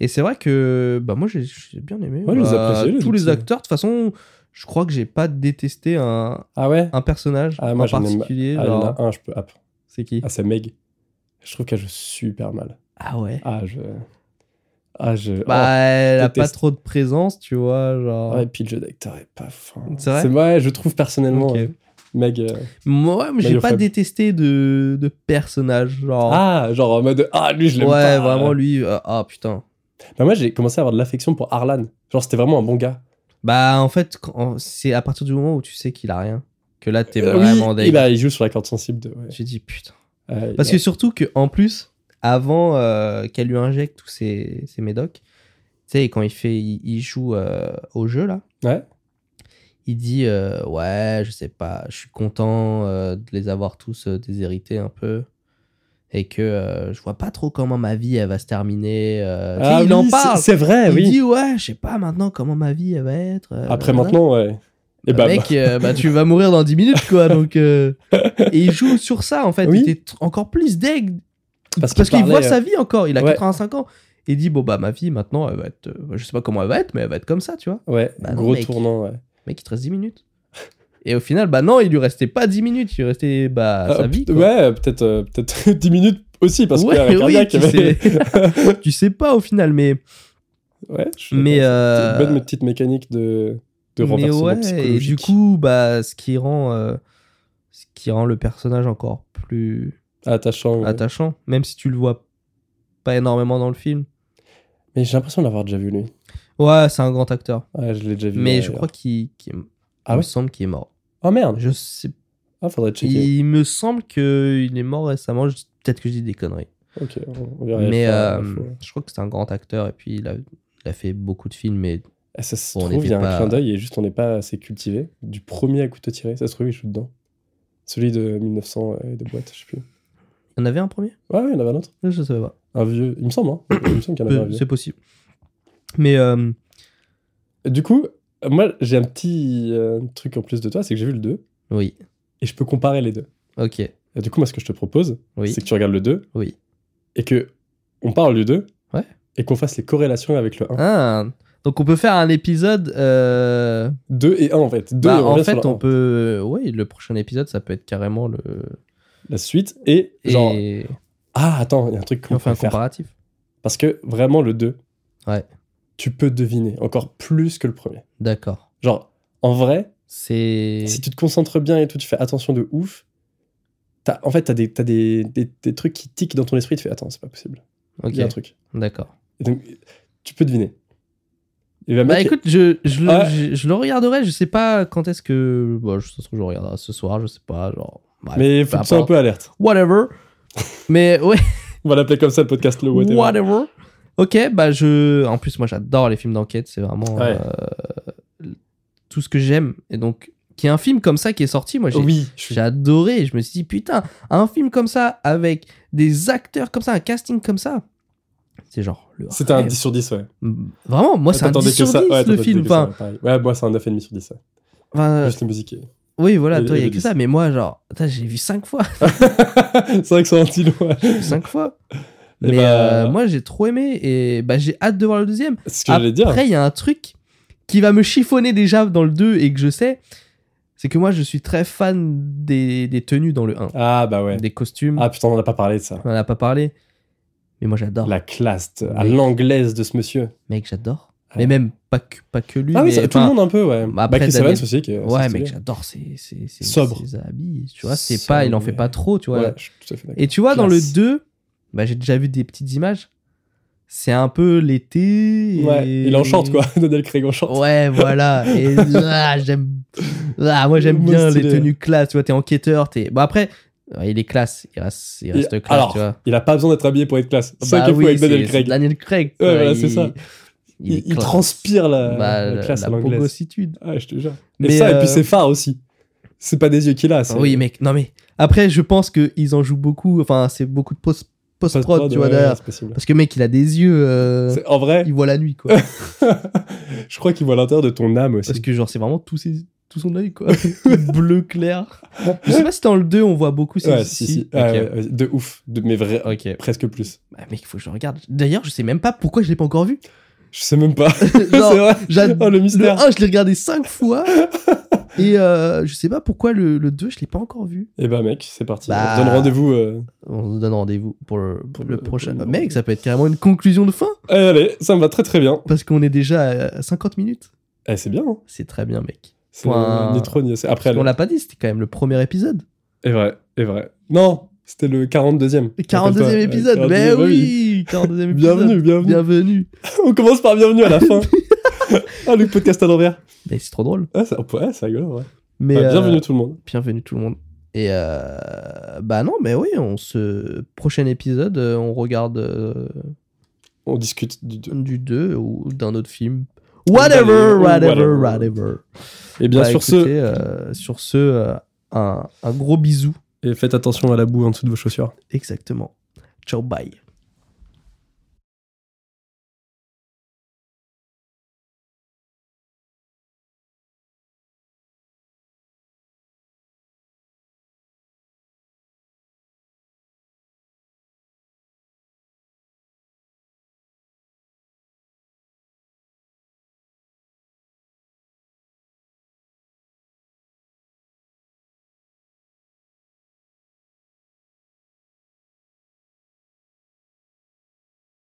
S2: Et c'est vrai que, bah moi j'ai j'ai bien aimé.
S1: Ouais, je les
S2: Bah,
S1: apprécie, les
S2: tous les
S1: petits.
S2: acteurs, de toute façon, je crois que j'ai pas détesté un,
S1: Ah ouais
S2: un personnage
S1: Ah,
S2: en
S1: moi, j'en aime-
S2: particulier.
S1: Ah, il y en
S2: genre,
S1: a un, je peux. hop.
S2: C'est qui
S1: Ah, c'est Meg. Je trouve qu'elle joue super mal.
S2: Ah ouais.
S1: Ah, je. Ah, je.
S2: Bah, elle a pas
S1: déteste.
S2: trop de présence, tu vois.
S1: oh.
S2: Genre.
S1: Ouais, puis le jeu d'acteur est pas fin.
S2: C'est vrai
S1: Ouais, je trouve personnellement
S2: Ok.
S1: euh, Meg. euh,
S2: Moi, mais j'ai
S1: Maillot
S2: pas
S1: faible.
S2: détesté de, de personnage. Genre.
S1: Ah, genre en mode Ah, lui, je l'aime
S2: ouais,
S1: pas.
S2: vraiment, lui. euh, Ah putain.
S1: Bah, moi, j'ai commencé à avoir de l'affection pour Arlan. Genre, c'était vraiment un bon gars.
S2: Bah, en fait, quand- c'est à partir du moment où tu sais qu'il a rien que là, t'es
S1: Euh,
S2: vraiment
S1: oui,
S2: deg.
S1: et bah, il joue sur la corde sensible. De, ouais.
S2: J'ai dit putain.
S1: Euh,
S2: Parce
S1: il
S2: que surtout que en plus, avant euh, qu'elle lui injecte tous ses, ses médocs, tu sais, quand il fait, il, il joue euh, au jeu là.
S1: Ouais.
S2: Il dit euh, ouais, je sais pas, je suis content euh, de les avoir tous euh, déshérités un peu. Et que euh, je vois pas trop comment ma vie elle va se terminer. euh,
S1: a-
S2: tu sais,
S1: Ah
S2: il
S1: oui,
S2: en
S1: c'est-
S2: parle.
S1: C'est vrai,
S2: il
S1: oui.
S2: dit ouais, je sais pas maintenant comment ma vie elle va être. euh,
S1: Après
S2: blablabla.
S1: maintenant, ouais. Et
S2: Bah,
S1: bah,
S2: mec, euh, bah, tu vas mourir dans 10 minutes, quoi. Donc, euh, Et il joue sur ça, en fait.
S1: Oui.
S2: Il était tr- encore plus deg.
S1: Parce qu'il
S2: qu'il voit
S1: parlait, euh,
S2: sa vie encore. Il a
S1: ouais.
S2: 85 ans. Et il dit, bon, bah, ma vie, maintenant, elle va être. euh, je sais pas comment elle va être, mais elle va être comme ça, tu vois.
S1: euh, ouais,
S2: Bah non,
S1: gros
S2: mec.
S1: tournant, ouais.
S2: Mec, il te reste 10 minutes. Et au final, bah, non, il lui restait pas 10 minutes. Il lui restait, bah,
S1: Ah,
S2: sa vie.
S1: peut-
S2: quoi.
S1: ouais, peut-être euh, peut-être 10 minutes aussi, parce
S2: Ouais,
S1: que avec
S2: oui,
S1: cardiaque,
S2: tu,
S1: il y avait-
S2: sais... tu sais pas au final, mais.
S1: ouais, je sais
S2: mais
S1: pas, c'est
S2: euh,
S1: une bonne petite mécanique de, de
S2: mais
S1: renversement
S2: ouais, et
S1: psychologique.
S2: du coup, bah, ce qui rend. euh, Ce qui rend le personnage encore plus.
S1: Attachant. ouais.
S2: attachant, même si tu le vois pas énormément dans le film.
S1: Mais j'ai l'impression de l'avoir déjà vu, lui.
S2: Ouais, c'est un grand acteur.
S1: Ouais, je l'ai déjà vu.
S2: Mais
S1: ouais,
S2: je
S1: ouais.
S2: crois qu'il qu'il-
S1: Ah
S2: il me
S1: ouais
S2: semble qu'il est mort.
S1: Oh merde
S2: Je sais
S1: Ah, faudrait checker.
S2: Il me semble qu'il est mort récemment. Je- Peut-être que je dis des conneries.
S1: Ok, on on verra.
S2: mais
S1: la
S2: euh,
S1: fois- la fois.
S2: je crois que c'est un grand acteur et puis il a, il a fait beaucoup de films. Mais
S1: Ah, Ça se
S2: on
S1: trouve, il y a
S2: n'était
S1: un
S2: pas-
S1: clin d'œil et juste on n'est pas assez cultivé. Du premier à couteau tiré, ça se trouve, il joue dedans. Celui de 1900 et de boîte, je sais plus.
S2: il y en avait un premier
S1: Ouais, ouais, il y en avait un autre.
S2: Je savais pas.
S1: Un vieux, il me semble, hein. Il me semble qu'il y en avait un
S2: Peu-
S1: vieux.
S2: C'est possible. Mais euh,
S1: Du coup, euh, moi, j'ai un petit euh, truc en plus de toi, c'est que j'ai vu le 2
S2: oui,
S1: et je peux comparer les deux.
S2: ok,
S1: Et du coup, moi, ce que je te propose,
S2: oui,
S1: c'est que tu regardes le 2
S2: oui.
S1: et que on parle du 2
S2: Ouais.
S1: et qu'on fasse les corrélations avec le 1.
S2: Ah, donc on peut faire un épisode. euh,
S1: 2 et 1, en fait. 2
S2: bah,
S1: et on
S2: en
S1: revient sur
S2: fait,
S1: le
S2: on
S1: 1.
S2: peut. Oui, le prochain épisode, ça peut être carrément le.
S1: La suite et, genre.
S2: Et-
S1: Ah, attends, il y a un truc qu'on
S2: on fait
S1: peut
S2: un
S1: faire.
S2: comparatif.
S1: Parce que vraiment, le 2,
S2: Ouais.
S1: tu peux deviner encore plus que le premier.
S2: D'accord.
S1: Genre, en vrai,
S2: C'est.
S1: si tu te concentres bien et tout, tu fais attention de ouf. t'as- en fait, t'as des, t'as des, des, des trucs qui tiquent dans ton esprit. Tu fais attends, c'est pas possible.
S2: Ok.
S1: Il y a un truc.
S2: D'accord.
S1: Et donc, tu peux deviner. Et le
S2: Bah
S1: mec-
S2: écoute, je, je, le,
S1: Ouais.
S2: je, je le regarderai. Je sais pas quand est-ce que. Bon, je, ça se trouve, je le regarderai ce soir. Je sais pas. Genre. bref,
S1: mais
S2: peu
S1: faut que tu sois un
S2: importe.
S1: peu alerte.
S2: Whatever. Mais ouais.
S1: On va l'appeler comme ça le podcast le whatever.
S2: Whatever. Ok, bah je. En plus, moi, j'adore les films d'enquête. C'est vraiment
S1: Ouais.
S2: euh, tout ce que j'aime. Et donc, qu'il y ait un film comme ça qui est sorti, moi, j'ai
S1: Oui, je suis-
S2: J'ai adoré. Je me suis dit, putain, un film comme ça, avec des acteurs comme ça, un casting comme ça. C'est genre le.
S1: C'était un
S2: rêve.
S1: 10 sur 10, ouais.
S2: Vraiment, moi, c'est un 10 sur 10,
S1: ouais,
S2: le
S1: t'attendais
S2: film.
S1: que ça,
S2: Enfin,
S1: ouais, pareil. ouais, moi, c'est un 9,5 sur 10. ouais.
S2: enfin,
S1: Juste la musique. est-
S2: oui, voilà,
S1: et-
S2: toi,
S1: et
S2: il y a
S1: le
S2: que
S1: 10.
S2: ça. Mais moi, genre, putain, j'ai vu 5 fois.
S1: c'est vrai que c'est un petit lot, ouais.
S2: 5 fois.
S1: Et
S2: Mais
S1: bah-
S2: euh, moi, j'ai trop aimé. Et bah, j'ai hâte de voir le deuxième.
S1: C'est ce que j'allais dire.
S2: Après, il y a un truc qui va me chiffonner déjà dans le 2 et que je sais. C'est que moi, je suis très fan des, des tenues dans le 1.
S1: Ah, bah ouais.
S2: Des costumes.
S1: Ah, putain, on n'a pas parlé de ça.
S2: On en a pas parlé. Mais moi, j'adore.
S1: La classe, de- à
S2: Oui.
S1: l'anglaise de ce monsieur.
S2: Mec, j'adore.
S1: Ouais.
S2: Mais même pas que, pas que lui.
S1: Ah oui,
S2: mais,
S1: ça- tout le
S2: enfin,
S1: monde un peu, ouais.
S2: bah,
S1: Bah,
S2: après,
S1: Chris
S2: Daniel-
S1: Evans aussi. Qui,
S2: Ouais,
S1: mais
S2: mec, j'adore ses, ses, ses-
S1: Sobre.
S2: ses habits. Tu vois, c'est pas, il en fait
S1: Sobre.
S2: pas trop, tu vois.
S1: Ouais, je suis tout à fait d'accord.
S2: Et tu vois, dans le
S1: Classe.
S2: 2, bah, j'ai déjà vu des petites images. C'est un peu l'été. et-
S1: Ouais, il enchante, quoi. Daniel Craig enchante.
S2: Ouais, voilà. Et ah, j'aime. Ah, moi, j'aime
S1: Moi,
S2: bien les
S1: stylé.
S2: tenues classe. Tu vois, t'es enquêteur. T'es... Bon, après, ouais, il est classe. Il reste, il reste
S1: Et-
S2: classe,
S1: alors,
S2: tu vois.
S1: il a pas besoin d'être habillé pour être classe. C'est ça
S2: Bah
S1: qu'il
S2: oui,
S1: faut avec Daniel
S2: c'est-
S1: Craig.
S2: c'est Daniel Craig.
S1: Ouais,
S2: Ouais,
S1: voilà, c'est
S2: il-
S1: ça.
S2: Il,
S1: Il,
S2: est
S1: il
S2: classe.
S1: transpire la,
S2: Bah,
S1: la classe à
S2: la
S1: l'anglaise.
S2: pogositude.
S1: Ah, je te jure. Et
S2: Mais,
S1: ça, et
S2: euh,
S1: puis ses phares aussi. C'est pas des yeux qu'il a. c'est-
S2: Oui, mec. Non, mais après, je pense qu'ils en jouent beaucoup. Enfin, c'est beaucoup de post-
S1: ça se
S2: post-prod,
S1: prod,
S2: tu vois,
S1: ouais,
S2: derrière.
S1: c'est possible.
S2: Parce que, mec, il a des yeux. euh,
S1: C'est- En vrai,
S2: Il voit la nuit, quoi.
S1: je crois qu'il voit l'intérieur de ton âme aussi.
S2: Parce que, genre, c'est vraiment tout, ses... tout son œil, quoi. Tout bleu clair. Je sais pas si dans le 2, on voit beaucoup ces
S1: Ouais, si, si.
S2: Ok.
S1: Ouais, ouais, ouais, de ouf. De, mais vrai,
S2: Ok.
S1: presque plus.
S2: Bah, mec, il faut que je regarde. D'ailleurs, je sais même pas pourquoi je l'ai pas encore vu.
S1: Je sais même pas. C'est
S2: non,
S1: vrai.
S2: j'ad-
S1: Oh, le
S2: le
S1: mystère.
S2: 1, je l'ai regardé 5 fois. et euh, je sais pas pourquoi le, le 2, je l'ai pas encore vu.
S1: Et bah, mec, c'est parti.
S2: Bah.
S1: On te donne rendez-vous. euh.
S2: On se donne rendez-vous pour le, pour
S1: le-
S2: le prochain.
S1: Euh, pour le-
S2: Mec, ça peut être carrément une conclusion de fin.
S1: Allez, Eh, allez, ça me va très très bien.
S2: Parce qu'on est déjà à 50 minutes.
S1: Eh, c'est bien. hein.
S2: C'est très bien, mec.
S1: C'est
S2: Point.
S1: ni trop ni assez. Après,
S2: Parce qu'on
S1: elle-
S2: l'a pas dit, c'était quand même le premier épisode.
S1: est Eh, vrai, est vrai. Non, c'était le 42e.
S2: Le 42e
S1: Rappelle-toi.
S2: épisode,
S1: Ouais,
S2: mais
S1: 42e, bah
S2: oui 42e épisode.
S1: Bienvenue, bienvenue.
S2: Bienvenue.
S1: On commence par bienvenue à la fin. ah, le podcast à l'envers.
S2: Mais c'est trop drôle.
S1: Ah, ça, ouais, ça rigole, ouais.
S2: Mais,
S1: Ah,
S2: euh,
S1: bienvenue tout le monde.
S2: bienvenue tout le monde. Et euh, bah non, mais oui, on se prochain épisode, euh, on regarde euh,
S1: On discute du deux.
S2: du 2 ou d'un autre film.
S1: Allez,
S2: Whatever, whatever,
S1: whatever.
S2: whatever.
S1: Et Eh bien
S2: Bah,
S1: sur
S2: écoutez, euh, sur ce, euh, un, un gros bisou.
S1: ce, et faites attention à la boue en dessous de vos chaussures.
S2: Exactement. Ciao, bye.